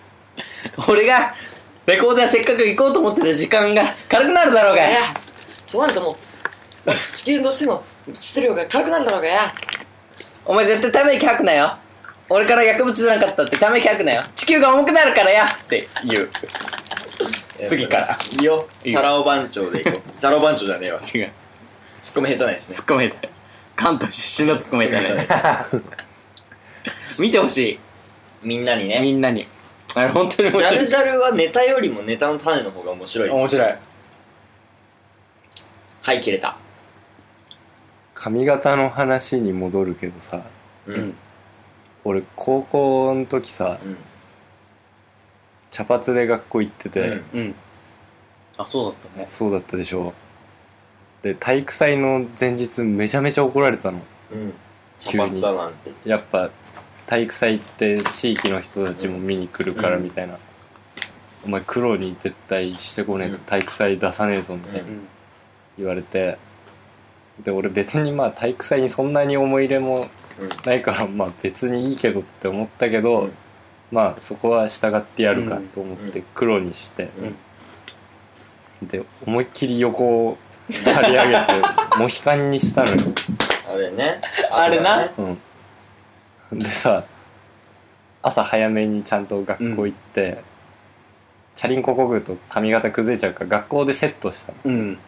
S7: 俺が、レコード屋せっかく行こうと思ってた時間が軽くなるだろうが
S1: い
S7: や
S1: や。、そうなるともう、地球としての質量が軽くなるだろうがや。
S7: お前絶対ため息吐くなよ。俺から薬物出なかったってため息吐くなよ。地球が重くなるからやって言う。次から。
S1: いいよ。
S7: いい
S1: チ
S7: よ
S1: ャラ男番長でいこう。チャラ男番長じゃねえわ。
S7: 違う。
S1: ツッコミ下手ないですね
S7: ツ。ッコめたやつ。関東出身のツッコめたやつ。見てほし
S1: みんなに
S7: い。み
S1: ね。
S7: んなに。あれ本当に面
S1: ジャ
S7: 白
S1: ル
S7: い。
S1: ジャルはネタよりもネタの種の方が面白い。
S7: 面白い。
S1: はい、切れた。
S4: 髪型の話に戻るけどさ
S1: う
S2: うん
S1: ん。
S4: 俺高校の時さ
S1: うん。
S4: 茶髪で学校行ってて、
S1: うん
S2: うん。あ、そうだったね。
S4: そうだったでしょで体育祭の前日めちゃめちゃ怒られたの
S1: うん。茶
S4: 急に
S1: 髪だなんて。
S4: やっぱ体育祭って地域の人たちも見に来るからみたいな、お前黒に絶対してこねえと体育祭出さねえぞみたいな
S2: うん。
S4: 言われてで俺別にまあ体育祭にそんなに思い入れもないからまあ別にいいけどって思ったけど、
S1: うん
S4: まあそこは従ってやるかと思って黒にして、で思いっきり横を張り上 げてモヒカンにしたのよ
S1: あれね。
S7: あれな
S1: そうだね。
S4: うん。でさ、朝早めにちゃんと学校行って、チャリンコこぐと髪型崩れちゃうから学校でセットしたの。
S2: うん。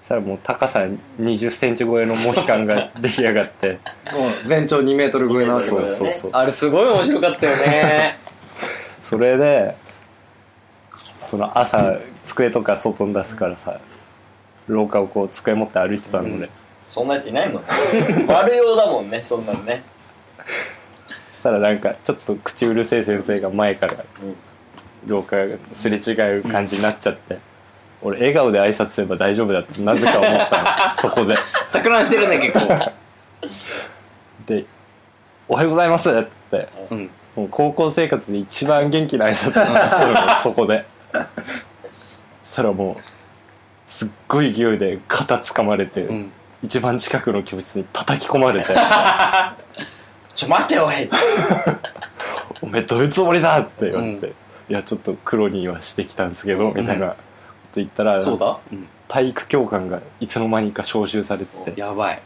S4: そしたらもう高さ20センチ超えのモヒカンが出来上 がって。
S7: 全長2メートル
S1: 超えなわけだ
S4: そ
S1: よ
S4: う
S1: ね
S4: そうそう。
S7: あれすごい面白かったよ ね。
S4: それで、その朝机とか外に出すからさ、廊下をこう机持って歩いてたので、
S1: そんなやついないもんね。 悪用だもんね、そんなんね。
S4: そしたらなんかちょっと口うるせえ先生が前から
S1: うん
S4: 廊下がすれ違う感じになっちゃって、俺笑顔で挨拶すれば大丈夫だってなぜか思ったのそこで
S7: 錯乱してるね、結構。
S4: で「おはようございます」って
S2: うん。
S4: もう高校生活で一番元気な挨拶をしてるのそこでそしたらもうすっごい勢いで肩掴まれて、
S2: うん。
S4: 一番近くの教室に叩き込まれて
S1: ちょ、待て おい
S4: 「おめえどういうつもりだ!」って言われて「
S2: う
S4: いやちょっと黒にはしてきたんですけど」みたいなこと言ったら、
S2: そうだうん。
S4: 体育教官がいつの間にか招集されてて
S2: やばい。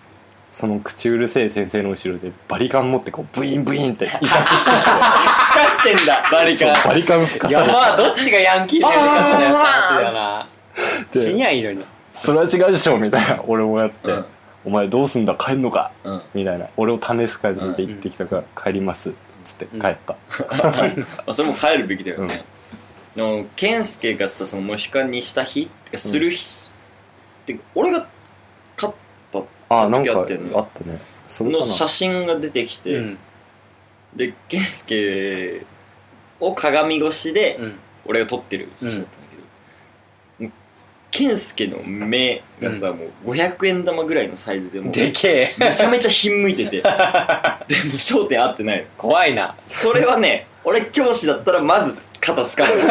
S4: その口うるせえ先生の後ろでバリカン持ってこうブインブインって威嚇してき
S1: 吹かしてんだ、バリ
S4: て
S1: カン。
S4: そうバリカン吹か
S7: や
S4: さ
S7: ばどっちがヤンキーでやるかみたいな話だよな。
S4: れ
S7: 死に
S4: て
S7: ゃいいのに。
S4: それは違うでしょみたいな俺もやって、
S1: うん
S4: お前どうすんだ帰んのか
S1: うん。
S4: みたいな俺を試す感じで言ってきたから帰りますっつって帰った、
S1: まあ、それも帰るべきだよね、でも健介がさそのモヒカンにした日ってかする日、って俺が勝った
S4: ああなん
S1: ち
S4: か
S1: ゃ
S4: あ
S1: ん
S4: っ
S1: と
S4: た
S1: やってんの
S4: ねそれか
S1: の
S4: な
S1: 写真が出てきて、
S2: うん。
S1: で健介を鏡越しで
S2: うん。
S1: 俺が撮ってる写真だったんだけど、もう健介の目がさ、もう500円玉ぐらいのサイズでもう
S7: でけえ。
S1: めちゃめちゃひんむい ててでも焦点合ってないの
S7: 怖いな。
S1: それはね、俺教師だったらまず肩掴む。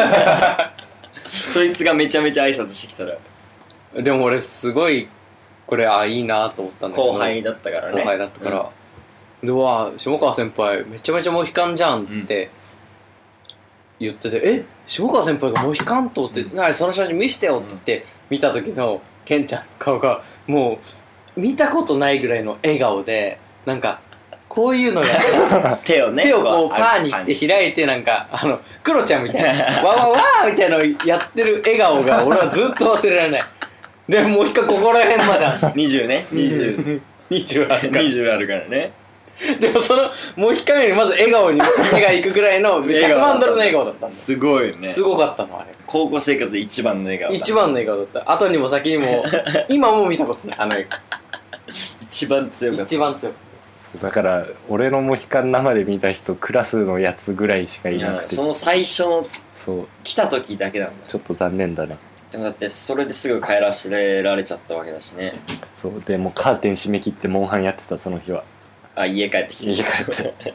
S1: そいつがめちゃめちゃ挨拶してきたら、
S2: でも俺すごい、これ、あ、いいなと思ったんだけど。
S1: 後輩だったからね。
S2: 後輩だったから、でうわ下川先輩めちゃめちゃモヒカンじゃんって言ってて、え下川先輩がモヒカンとって、なにその写真見してよって言って、見た時のケンちゃんの顔がもう見たことないぐらいの笑顔でなんかこういうのや
S1: 手をね。
S2: 手をこうパーにして
S1: い
S2: 開いてなんかあのクロちゃんみたいなわわわーみたいなのやってる笑顔が俺はずっと忘れられないでモヒカンここら辺まだ
S1: 20ね。20。
S2: 20あるから
S1: 20あるからね。
S2: でもそのモヒカンよりまず笑顔に目がいくぐらいの
S1: 笑顔
S2: 100万ドルの笑顔だったんです
S1: すごいよね。
S2: すごかったのあれ
S1: 高校生活で一番の笑顔だ。
S2: 一番の笑顔だった後にも先に も今もう見たことないあの笑
S1: 一番強か
S2: 顔
S1: った。
S2: 一番強く
S4: そうだから俺のモヒカン生で見た人クラスのやつぐらいしかいなくて
S1: その最初の
S4: そう
S1: 来た時だけなんだ。
S4: ちょっと残念だね
S1: でもだってそれですぐ帰らせられちゃったわけだしね。
S4: そうでもうカーテン締め切ってモンハンやってたその日は
S1: あ、家帰ってきて。
S4: 家帰って。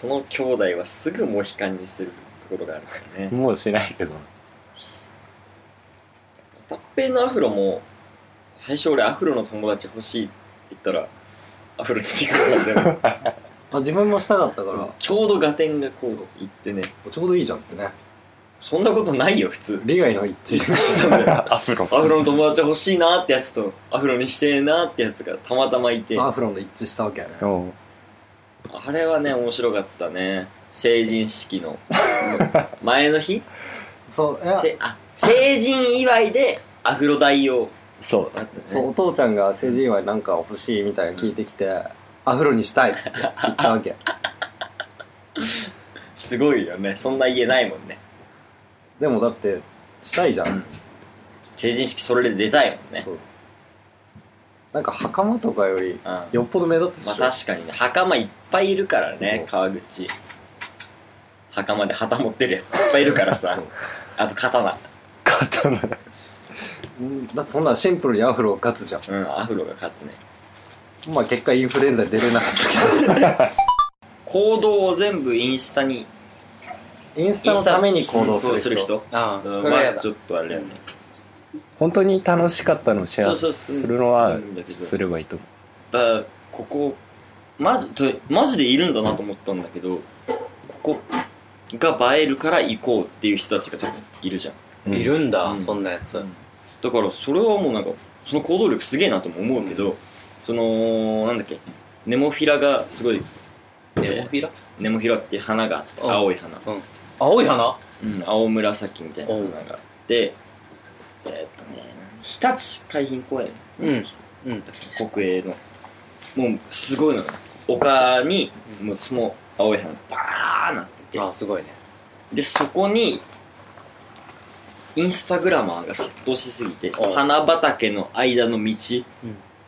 S1: この兄弟はすぐモヒカンにするところがあるからね。
S4: もうしないけど
S1: タッペイのアフロも最初俺アフロの友達欲しいって言ったらアフロにしてくれたんだよ ね
S2: あ自分もしたかったから、
S1: ちょうど合点がこういってね
S4: ちょうどいいじゃんってね
S1: そんなことないよ普通
S4: 利害の一致
S1: したんだよ
S3: アフロ
S1: アフロの友達欲しいなってやつとアフロにしてえなってやつがたまたまいて
S4: アフロンで一致したわけやね
S3: おう
S1: あれはね面白かったね成人式 の前の日
S4: そういや
S1: せあ成人祝いでアフロ大王
S4: そう
S1: だったね
S4: そうお父ちゃんが成人祝いなんか欲しいみたいな聞いてきてアフロにしたいって言ったわけ
S1: すごいよねそんな家ないもんね
S4: でもだってしたいじゃん
S1: 成人式それで出たいもんね
S4: そうなんか袴とかより
S1: うん
S4: よっぽど目立つ
S1: まあ
S4: でしょ、
S1: 確かにね袴いっぱいいるから
S4: そ
S1: ね
S4: う
S1: 川口袴で旗持ってるやついっぱいいるからさあと刀
S3: 刀
S4: うんだってそんなんシンプルにアフロが勝つじゃ
S1: うんアフロが勝つね
S4: んまあ結果インフルエンザに出れなかっ
S1: 行動を全部インスタに
S4: たインスタのために行動
S1: 行動
S4: す
S1: す
S4: る
S1: る
S4: 人
S1: 人
S2: ああそ
S1: ま
S2: れや
S1: あ
S2: だ
S1: ちょっとあれだよね
S3: 本当に楽しかったのをシェア
S1: そうそう
S3: するのは
S1: うん
S3: すればいいと思
S1: だからここマジとマジでいるんだなと思ったんだけどここが映えるから行こうっていう人たちが多分いるじゃん
S4: うん
S2: いるんだ、
S1: うん
S2: そんなやつ、
S1: だからそれはもうなんかその行動力すげえなとも思うけど、そのなんだっけネモフィラがすごい
S2: ネモフィラ
S1: ネモフィラっていう花があって
S2: うん
S1: 青い花、
S2: 青い花
S1: うん、青紫みたいな花があってえーっとね日立海浜公園
S2: うんうん
S1: 国営のもうすごいのよ丘にもうその青い花がバーなってて
S2: ああすごいね
S1: でそこにインスタグラマーが殺到しすぎてその花畑の間の道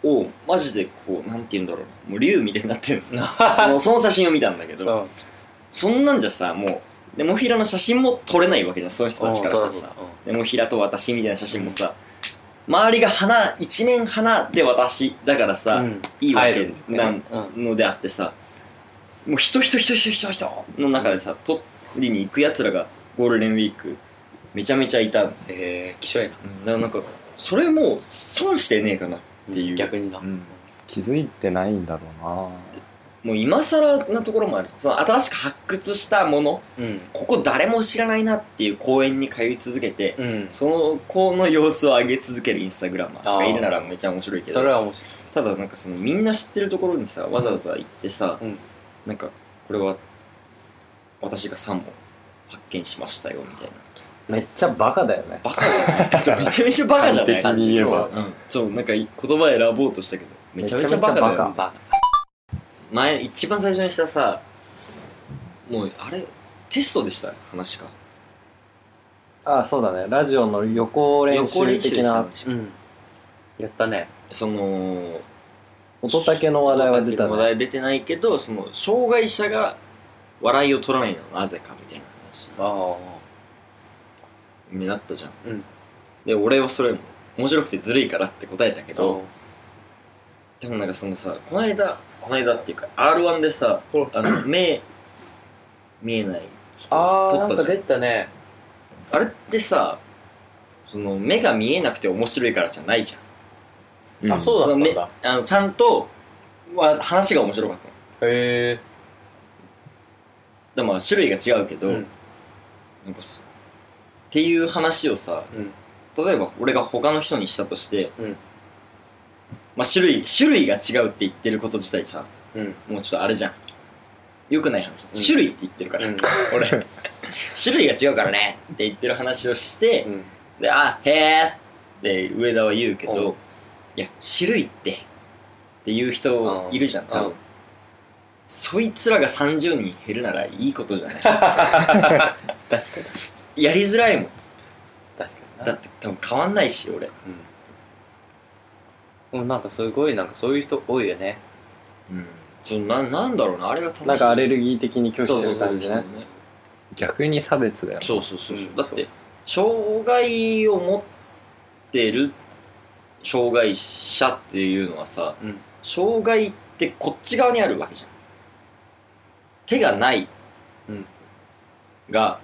S1: をマジでこうなんて言うんだろうなもう竜みたいになってるそのその写真を見たんだけど、
S2: うん
S1: そんなんじゃさもうネモフィラの写真も撮れないわけじゃんその人たちからしたら
S2: そうそ
S1: さ
S2: うそう
S1: ネモフィラと私みたいな写真もさ周りが花一面花で私だからさ、
S2: うん
S1: いいわ
S2: 映え
S1: け
S2: るんだ
S1: な
S2: よ
S1: ん
S2: ねうん
S1: のであってさもう人人人人人人の中でさ取りに行くやつらがゴールデンウィークめちゃめちゃいただか
S2: ええきしょいな
S1: らなんかそれもう損してねえかなっていう
S2: 逆にな、
S3: う、気づいてないんだろうな
S1: もう今更なところもあるその新しく発掘したもの
S2: うん
S1: ここ誰も知らないなっていう公園に通い続けて
S2: うん
S1: その子の様子を上げ続けるインスタグラマーとかいるならめちゃ面白いけど
S2: それは面白い
S1: ただなんかそのみんな知ってるところにさわざわざ行ってさ、
S2: うん
S1: なんかこれは私が3本発見しましたよみたいな
S4: めっちゃバカだよね
S1: バカじゃないめちゃめちゃバカじゃない
S3: 端的に言えば
S1: うんそうなんか言葉選ぼうとしたけどめちゃめちゃバカだよ、
S4: めちゃめちゃバ
S2: バ
S1: 前一番最初にしたさもうあれテストでした話か
S4: ああそうだねラジオの予行練習的な
S1: 横練習でした
S2: カうんやったね
S1: その
S4: 音竹の話題は出た
S1: 話
S4: ね
S1: 題出てないけどその障害者が笑いを取らないのはなぜかみたいな話
S2: ああ
S1: になったじゃん、
S2: うん
S1: で俺はそれ面白くてずるいからって答えたけど、で
S2: ど
S1: もなんかそのさこの間この間っていうか r 1でさあの目見えない人
S2: ああ
S1: 撮
S2: な
S1: った
S2: ん
S1: じゃ
S2: か
S1: ん
S2: 出たね
S1: あれってさその目が見えなくて面白いからじゃないじゃん
S3: うん
S2: あそうだったんだ
S1: あのちゃんとは話が面白かったの
S2: へえ
S1: でもまあ種類が違うけど、
S2: うん
S1: なんかそっていう話をさ、例えば俺が他の人にしたとして、
S2: うん
S1: まあ種類種類が違うって言ってること自体さ、
S2: うん
S1: もうちょっとあれじゃんよくない話、
S2: うん
S1: 種類って言ってるから、
S2: うん
S1: 俺 種類が違うからねって言ってる話をして、
S2: うん
S1: であへえって上田は言うけど、
S2: うん
S1: いや種類ってっていう人いるじゃん多分、
S2: うん
S1: そいつらが30人減るならいいことじゃない
S2: 確かに
S1: やりづらいもん
S2: 確かに
S1: だって多分変わんないし俺
S2: うん、なんかすごいなんかそういう人多いよね
S1: うんちょななんだろうなあれが楽しい
S4: なんかアレルギー的に拒否
S1: そう
S4: す
S1: そう
S4: る
S1: そう
S4: 感じね
S3: 逆に差別だよ
S1: そうそうそうそう
S2: うん
S1: だって障害を持ってる障害者っていうのはさ、
S2: うん
S1: 障害ってこっち側にあるわけじゃん手がない
S2: うん
S1: が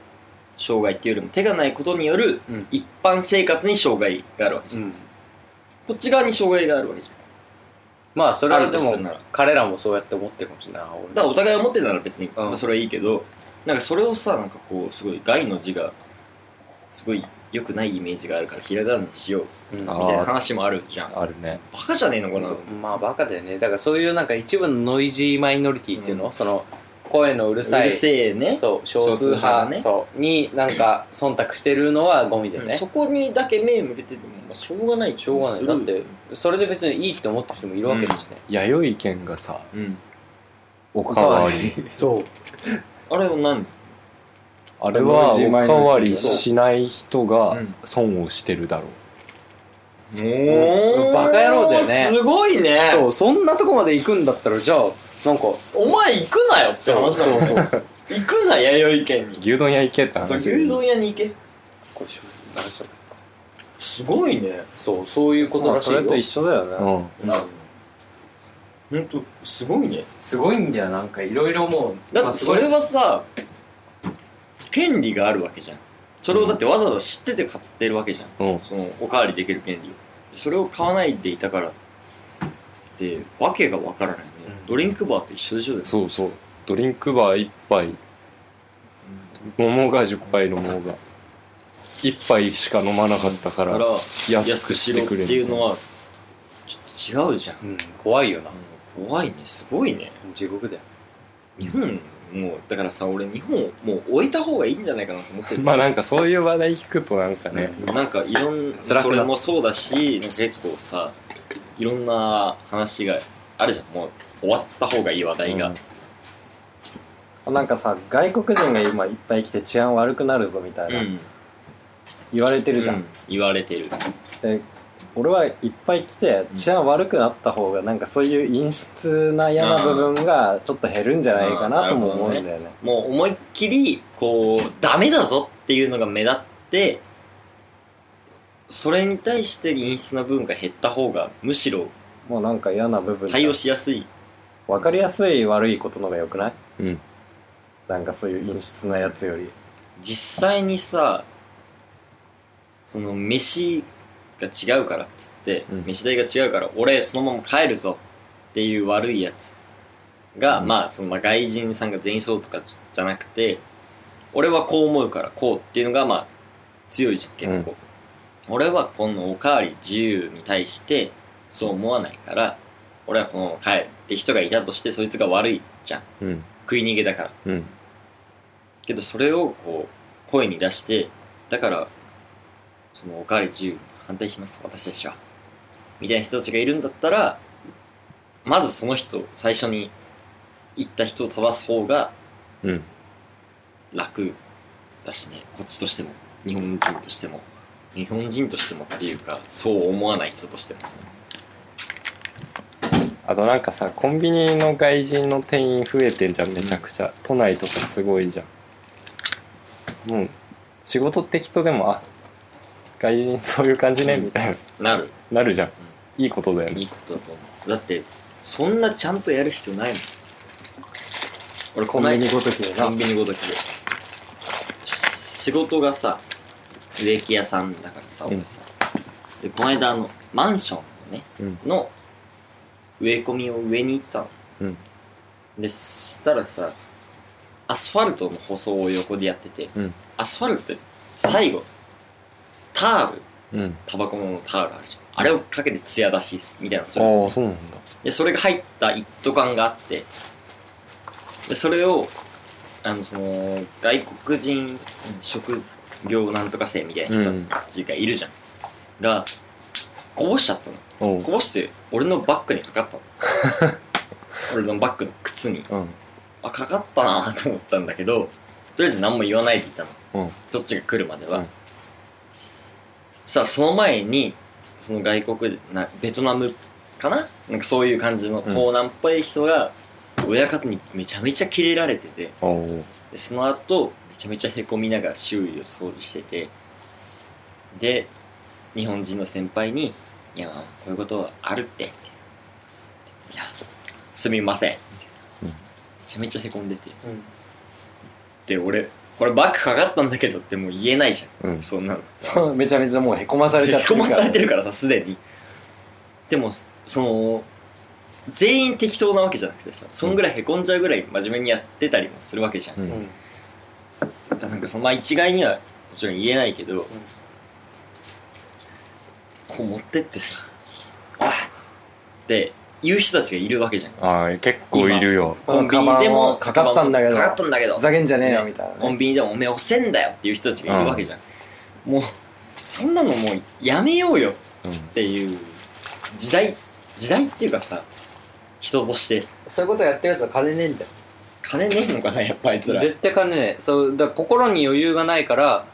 S1: 障害っていうよりも手がないことによる
S2: うん
S1: 一般生活に障害があるわけじゃん、
S2: ん
S1: こっち側に障害があるわけじゃ
S2: まあそ
S1: ん。
S2: れ
S1: あ
S2: は
S1: る
S2: で
S1: とす
S2: も
S1: るなら。だ
S2: 彼らもそうやって思ってるかもしれない
S1: か
S2: 俺
S1: ら
S2: も
S1: お互い思ってるなら別に、
S2: うん
S1: まあそれはいいけど、なんかそれをさ、なんかこう、すごい、害の字が、すごい良くないイメージがあるから、ひらがなにしよう、
S2: うん
S1: みたいな話もあるじゃん。
S4: あるね。
S1: バカじゃねえのかな
S2: まあバカだよねだからそういうなんか一部のノイジーマイノリティっていうの、その声のうるさ
S1: う
S2: い
S1: るせえね。
S2: そう少数
S1: 少数派
S2: 派
S1: ね
S2: そうになんか忖度してるのはゴミで
S1: うん
S2: ね
S1: そ、こにだけ目向けてても、まあ、しょうがない気も
S2: しょうがな
S1: す
S2: い
S1: る
S2: だってそれで別にいいって思ってる人もいるわけだしね、
S4: 弥生県がさ、
S1: うん。
S4: おかわり。
S5: そう。
S1: あれは何
S4: あれは
S5: 同じ
S4: お
S5: 前
S4: か
S5: の
S4: わりしない人が
S1: うん
S4: 損をしてるだろう。
S1: おー、
S2: うんバカ野郎だよね
S1: すごいね。
S2: そうそんなとこまで行くんだったらじゃあなんか
S1: お前行くなよって話だもんね。
S4: そう。
S1: 行くな、弥生県に。
S4: 牛丼屋行けって
S1: そう、
S4: 話。
S1: 牛丼屋に行け。
S2: こうしようなんしよう
S1: すごいね。
S2: そうそういうことらしいよ
S3: 緒だよね
S4: うん。
S1: ほんと、すごいね。
S3: すごいんだよなんかいろいろもう
S1: だってそれはさ、権利があるわけじゃん。それをだってわざわざ知ってて買ってるわけじゃん。
S4: うん
S1: そのおかわりできる権利を。それを買わないでいたからって、わけがわからないね。ドリンクバーと一緒でしょ、でも
S4: そうそう。ドリンクバー1杯、桃が10杯の桃が。1杯しか飲まなかったか、
S1: だからら、
S4: 安
S1: 安
S4: く
S1: く
S4: し
S1: してろっ
S4: く
S1: て
S4: れる。
S1: いうのは、ちょっと違うじゃん。
S2: うん、怖いよな
S1: 怖いね、すごいね。
S2: 地獄だよ
S1: 日本、もう、だからさ、俺日本をもう置いた方がいいんじゃないかなと思ってる。
S4: まあなんかそういう話題聞くとなんかね、
S1: なんかいろんな
S4: 辛くな
S1: それもそうだしなんか結構さいろんな話があるじゃんもう終わった方がいい話題が、
S4: うん
S3: なんかさ外国人が今いっぱい来て治安悪くなるぞみたいな、
S1: うん
S3: 言われてるじゃん、
S1: うん言われてる
S3: で俺はいっぱい来て治安悪くなった方がなんかそういう陰湿な嫌な部分がちょっと減るんじゃないかなとも思うんだよね
S1: もう思いっきりこうダメだぞっていうのが目立ってそれに対して陰湿な部分が減った方がむしろ
S3: もうなんか嫌な部分
S1: 対応しやすい
S3: 分かりやすい悪いことの方が良くない
S4: うん
S3: なんかそういう陰湿なや つより
S1: 実際にさその飯が違うからっつって、
S4: うん
S1: 飯代が違うから俺そのまま帰るぞっていう悪いやつが、
S4: うん
S1: まあそのまあ外人さんが全員そうとかじゃなくて俺はこう思うからこうっていうのがまあ強いじゃん結構、俺はこのおかわり自由に対してそう思わないから俺はこのまま帰るって人がいたとしてそいつが悪いじゃん
S4: うん、
S1: 食い逃げだから
S4: うん、
S1: けどそれをこう声に出してだからそのおかわり自由に反対します私たちはみたいな人たちがいるんだったらまずその人最初に行った人を飛ばす方が
S4: うん。
S1: 楽だしねこっちとしても日本人としても日本人としてもっていうかそう思わない人としてもさ
S4: あとなんかさ、コンビニの外人の店員増えてんじゃん、めちゃくちゃ。都内とかすごいじゃん。もう、仕事って人でも、あ、外人そういう感じね、
S1: うん
S4: みたいな、
S1: なる
S4: なるじゃん。いいことだよ
S1: い
S4: ね。
S1: いことだと思うだってそんなちゃんとやる必要ないもん俺
S3: コ
S1: こ
S3: ン
S1: の間
S3: ビニごときでな
S1: コンビニごときでし仕事がさ植木屋さんだからさ
S4: うん
S1: 俺さ、でこの間あのマンションのね、
S4: うん
S1: の植え込みを上に行ったの、
S4: うん
S1: でしたらさアスファルトの舗装を横でやってて、
S4: うん
S1: アスファルトって最後タール
S4: うん。
S1: タバコのタールあるじゃんあれをかけて艶出しみたいなのする
S4: ああ、そうなんだ。
S1: で、それが入った一斗缶があって、で、それを、あの、その、外国人職業なんとか生みたいな人たちがいるじゃん。が、こぼしちゃったの。
S4: おう
S1: こぼして、俺のバッグにかかったの。 俺のバッグの靴に。
S4: うん。
S1: あ、かかったな と思ったんだけど、とりあえず何も言わないでいたの。
S4: うん
S1: どっちが来るまでは。
S4: うん
S1: そしたらその前に、その外国人、なベトナムかななんかそういう感じの
S4: ん
S1: 東南っぽい人が、親方にめちゃめちゃキレられてて、
S4: おう
S1: でその後、めちゃめちゃ凹みながら周囲を掃除してて、で、日本人の先輩に、いや、まあこういうことはあるって。いや、すみません。
S4: うん
S1: めちゃめちゃ凹んでて。で、俺、これバックかかったんだけどってもう言えないじゃ
S4: うん
S1: ん。。そんなの。
S3: そうめちゃめちゃもうへこまされちゃって
S1: 凹ま
S3: るか
S1: され
S3: ら
S1: てるからさ、すでに。でもその全員適当なわけじゃなくてさそんぐらいへこんじゃうぐらい真面目にやってたりもするわけじゃん、
S3: うん
S1: だからなんかそのまあ一概にはもちろん言えないけど、こう持ってってさ「あっ!」って言う人たちがいるわけじゃん
S4: ああ、結構いるよ。
S1: コンビニでも
S8: かかったんだけど
S1: かかったんだけど
S8: ふざけんじゃねえよみたいなね
S1: コンビニでもおめえ押せんだよっていう人たちがいるわけじゃん、もうそんなのもうやめようよっていう時代時代っていうかさ人として
S2: そういうことやってるやつは金ねえんだよ
S1: 金ねえのかなやっぱあいつら
S2: 絶対金ねえそうだから心に余裕がないから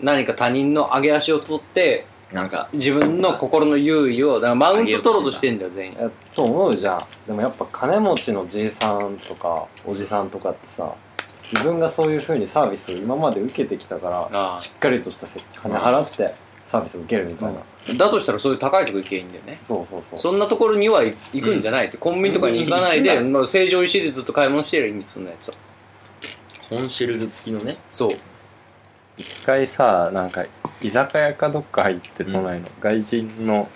S2: 何か他人の上げ足を取って
S1: なんか
S2: 自分の心の優位をだからマウント取ろうとしてんだよ全員
S3: えと思うじゃんでもやっぱ金持ちのじいさんとかおじさんとかってさ自分がそういうふうにサービスを今まで受けてきたから
S2: あ
S3: しっかりとしたせ金払ってサービスを受けるみたいな、
S2: あだとしたらそういう高いとこ行けばいいんだよね
S3: そうそうそう
S2: そんなところには行くんじゃないって、コンビニとかに行かないで、
S1: う
S2: まあ、正常意識でずっと買い物してりゃいいんだよそんなやつは
S1: コンシェルジュ付きのね
S2: そう
S4: 一回さ、なんか、居酒屋かどっか入って都内の、外人の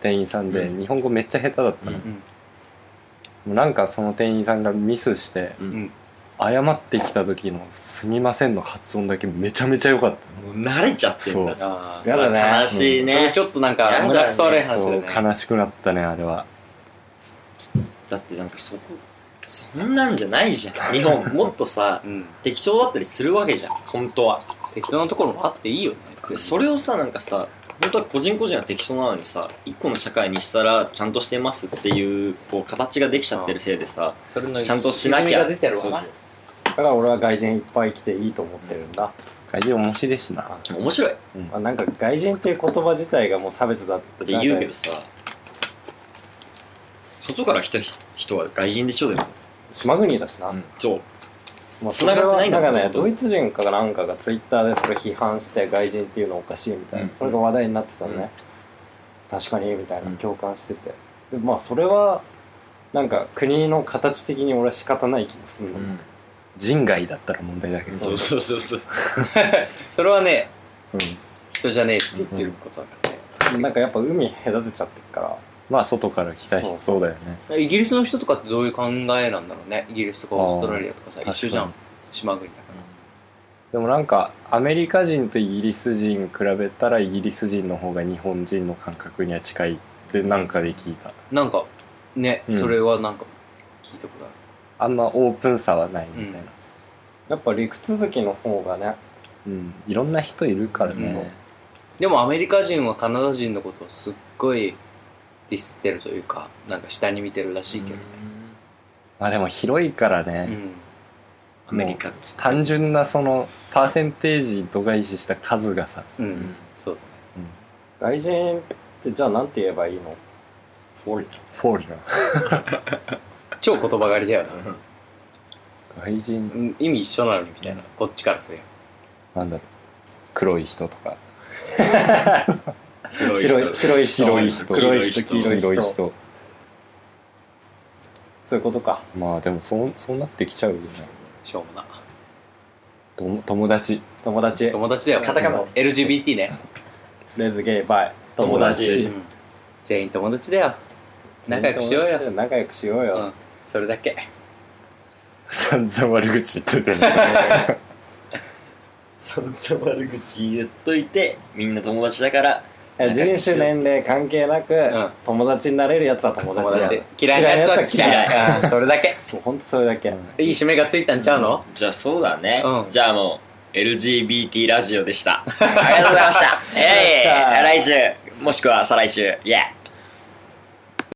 S4: 店員さんで、
S1: う
S4: 日本語めっちゃ下手だったの。
S1: うん
S4: もうなんかその店員さんがミスして、
S1: うん
S4: 謝ってきた時の「すみません」の発音だけめちゃめちゃ良かっ
S1: もう慣れちゃってんだ
S4: そ
S2: ああ
S3: やだ
S1: まあ
S3: ね
S1: 悲しい
S2: それ
S1: ね
S2: ちょっとなんか
S1: やだね
S2: 胸くそ悪い
S4: た
S2: 話だ
S4: そう
S2: よね
S4: 悲しくなったねあれは
S1: だってなんかそこそんなんじゃないじゃ ん日本もっとさ
S2: うん、
S1: 適当だったりするわけじゃん本当は
S2: 適当なところもあっていいよね
S1: それをさなんかさ本当は個人個人が適当なのにさ一個の社会にしたらちゃんとしてますっていうこう形ができちゃってるせいでさ
S2: それの
S1: ちゃんとしなきゃ
S2: 歪みが出てるわな
S3: だから俺は外人いっぱい来ていいと思ってるんだ、
S4: 外人面白いしな
S1: 面白いっ
S3: まあ、なんか外人っていう言葉自体がもう差別だって
S1: て言うけどさ外から来た人は外人でしょでも、
S3: 島国だしな、
S1: そう
S3: まあ、そ
S1: 繋
S3: れ
S1: がって
S3: は
S1: ないんだ
S3: なん
S1: もん
S3: かね
S1: 元々
S3: ドイツ人かなんかがツイッターでそれ批判して外人っていうのおかしいみたいな、
S1: うん
S3: それが話題になってたのね、確かにみたいな共感してて、でまあそれはなんか国の形的に俺は仕方ない気がするの、
S4: 人外だったら問題だけど
S1: そうそうそうそう
S2: それはね
S4: うん
S2: 人じゃねえって言ってることだからね、
S3: なんかやっぱ海隔てちゃってるから
S4: まあ外から来た人
S3: そう
S4: そうだよね
S2: イギリスの人とかってどういう考えなんだろうねイギリスとかオーストラリアとかさ
S4: あー
S2: 一緒じゃん
S4: 確
S2: 島国だから
S4: でもなんかアメリカ人とイギリス人比べたらイギリス人の方が日本人の感覚には近いってなんかで聞いた
S2: なんかね、
S4: うん
S2: それはなんか聞いたことあ
S4: あんまオープンさはないみたいな
S3: やっぱ陸続きの方がね
S4: うん、いろんな人いるからね、
S1: そう
S2: るでもアメリカ人はカナダ人のことをすっごいディスってるというかなんか下に見てるらしいけど、
S4: まあでも広いからね、
S2: うん
S1: アメリカっつった
S4: 単純なそのパーセンテージ度外視した数がさ
S2: うん、
S1: ん
S2: そう
S3: 外人ってじゃあなんて言えばいいの
S1: フォーリ
S4: フォーリナー
S2: だね超言葉狩りだよな、
S4: 外人
S2: うん意味一緒なのにみたいな、こっちからすれば
S4: なんだろう黒い人とか
S1: ナー
S3: 白い白い人
S4: 白い人
S3: 黒い人
S1: 黒
S3: 黄
S1: い
S3: 色い人
S4: 白い人
S3: そういうことか
S4: まあでもそうそうなってきちゃうよね
S2: しょうもな
S4: とも友達
S3: 友達
S2: 友達だよ
S3: カタカナ
S2: LGBT ね、
S3: レズゲイバイ友
S1: う
S3: 達
S1: ん
S2: うん全員友達だよ仲良くしようよ、
S3: 仲良くしよう
S2: うん
S3: よ、、
S2: それだけ
S4: 散々悪口言ってて、ね、
S1: そんな悪口言っといてみんな友達だから
S3: え
S1: 仲良
S3: 人
S1: くしよ
S3: 種
S1: う
S3: 年齢関係なく、
S2: ん
S3: 友達になれるやつは友
S2: 友
S3: 達や
S2: 達嫌いなやつは嫌い
S3: 嫌いなやつは嫌い
S2: うんそれだけ
S3: そう本当それだけ、
S2: いい締めがついたんちゃうの、
S1: じゃあそうだね、
S2: うん
S1: じゃあもう LGBT ラジオでした ありがとうございましたえい、
S3: ありがとうございました
S1: 来週もしくは再来週イエーイ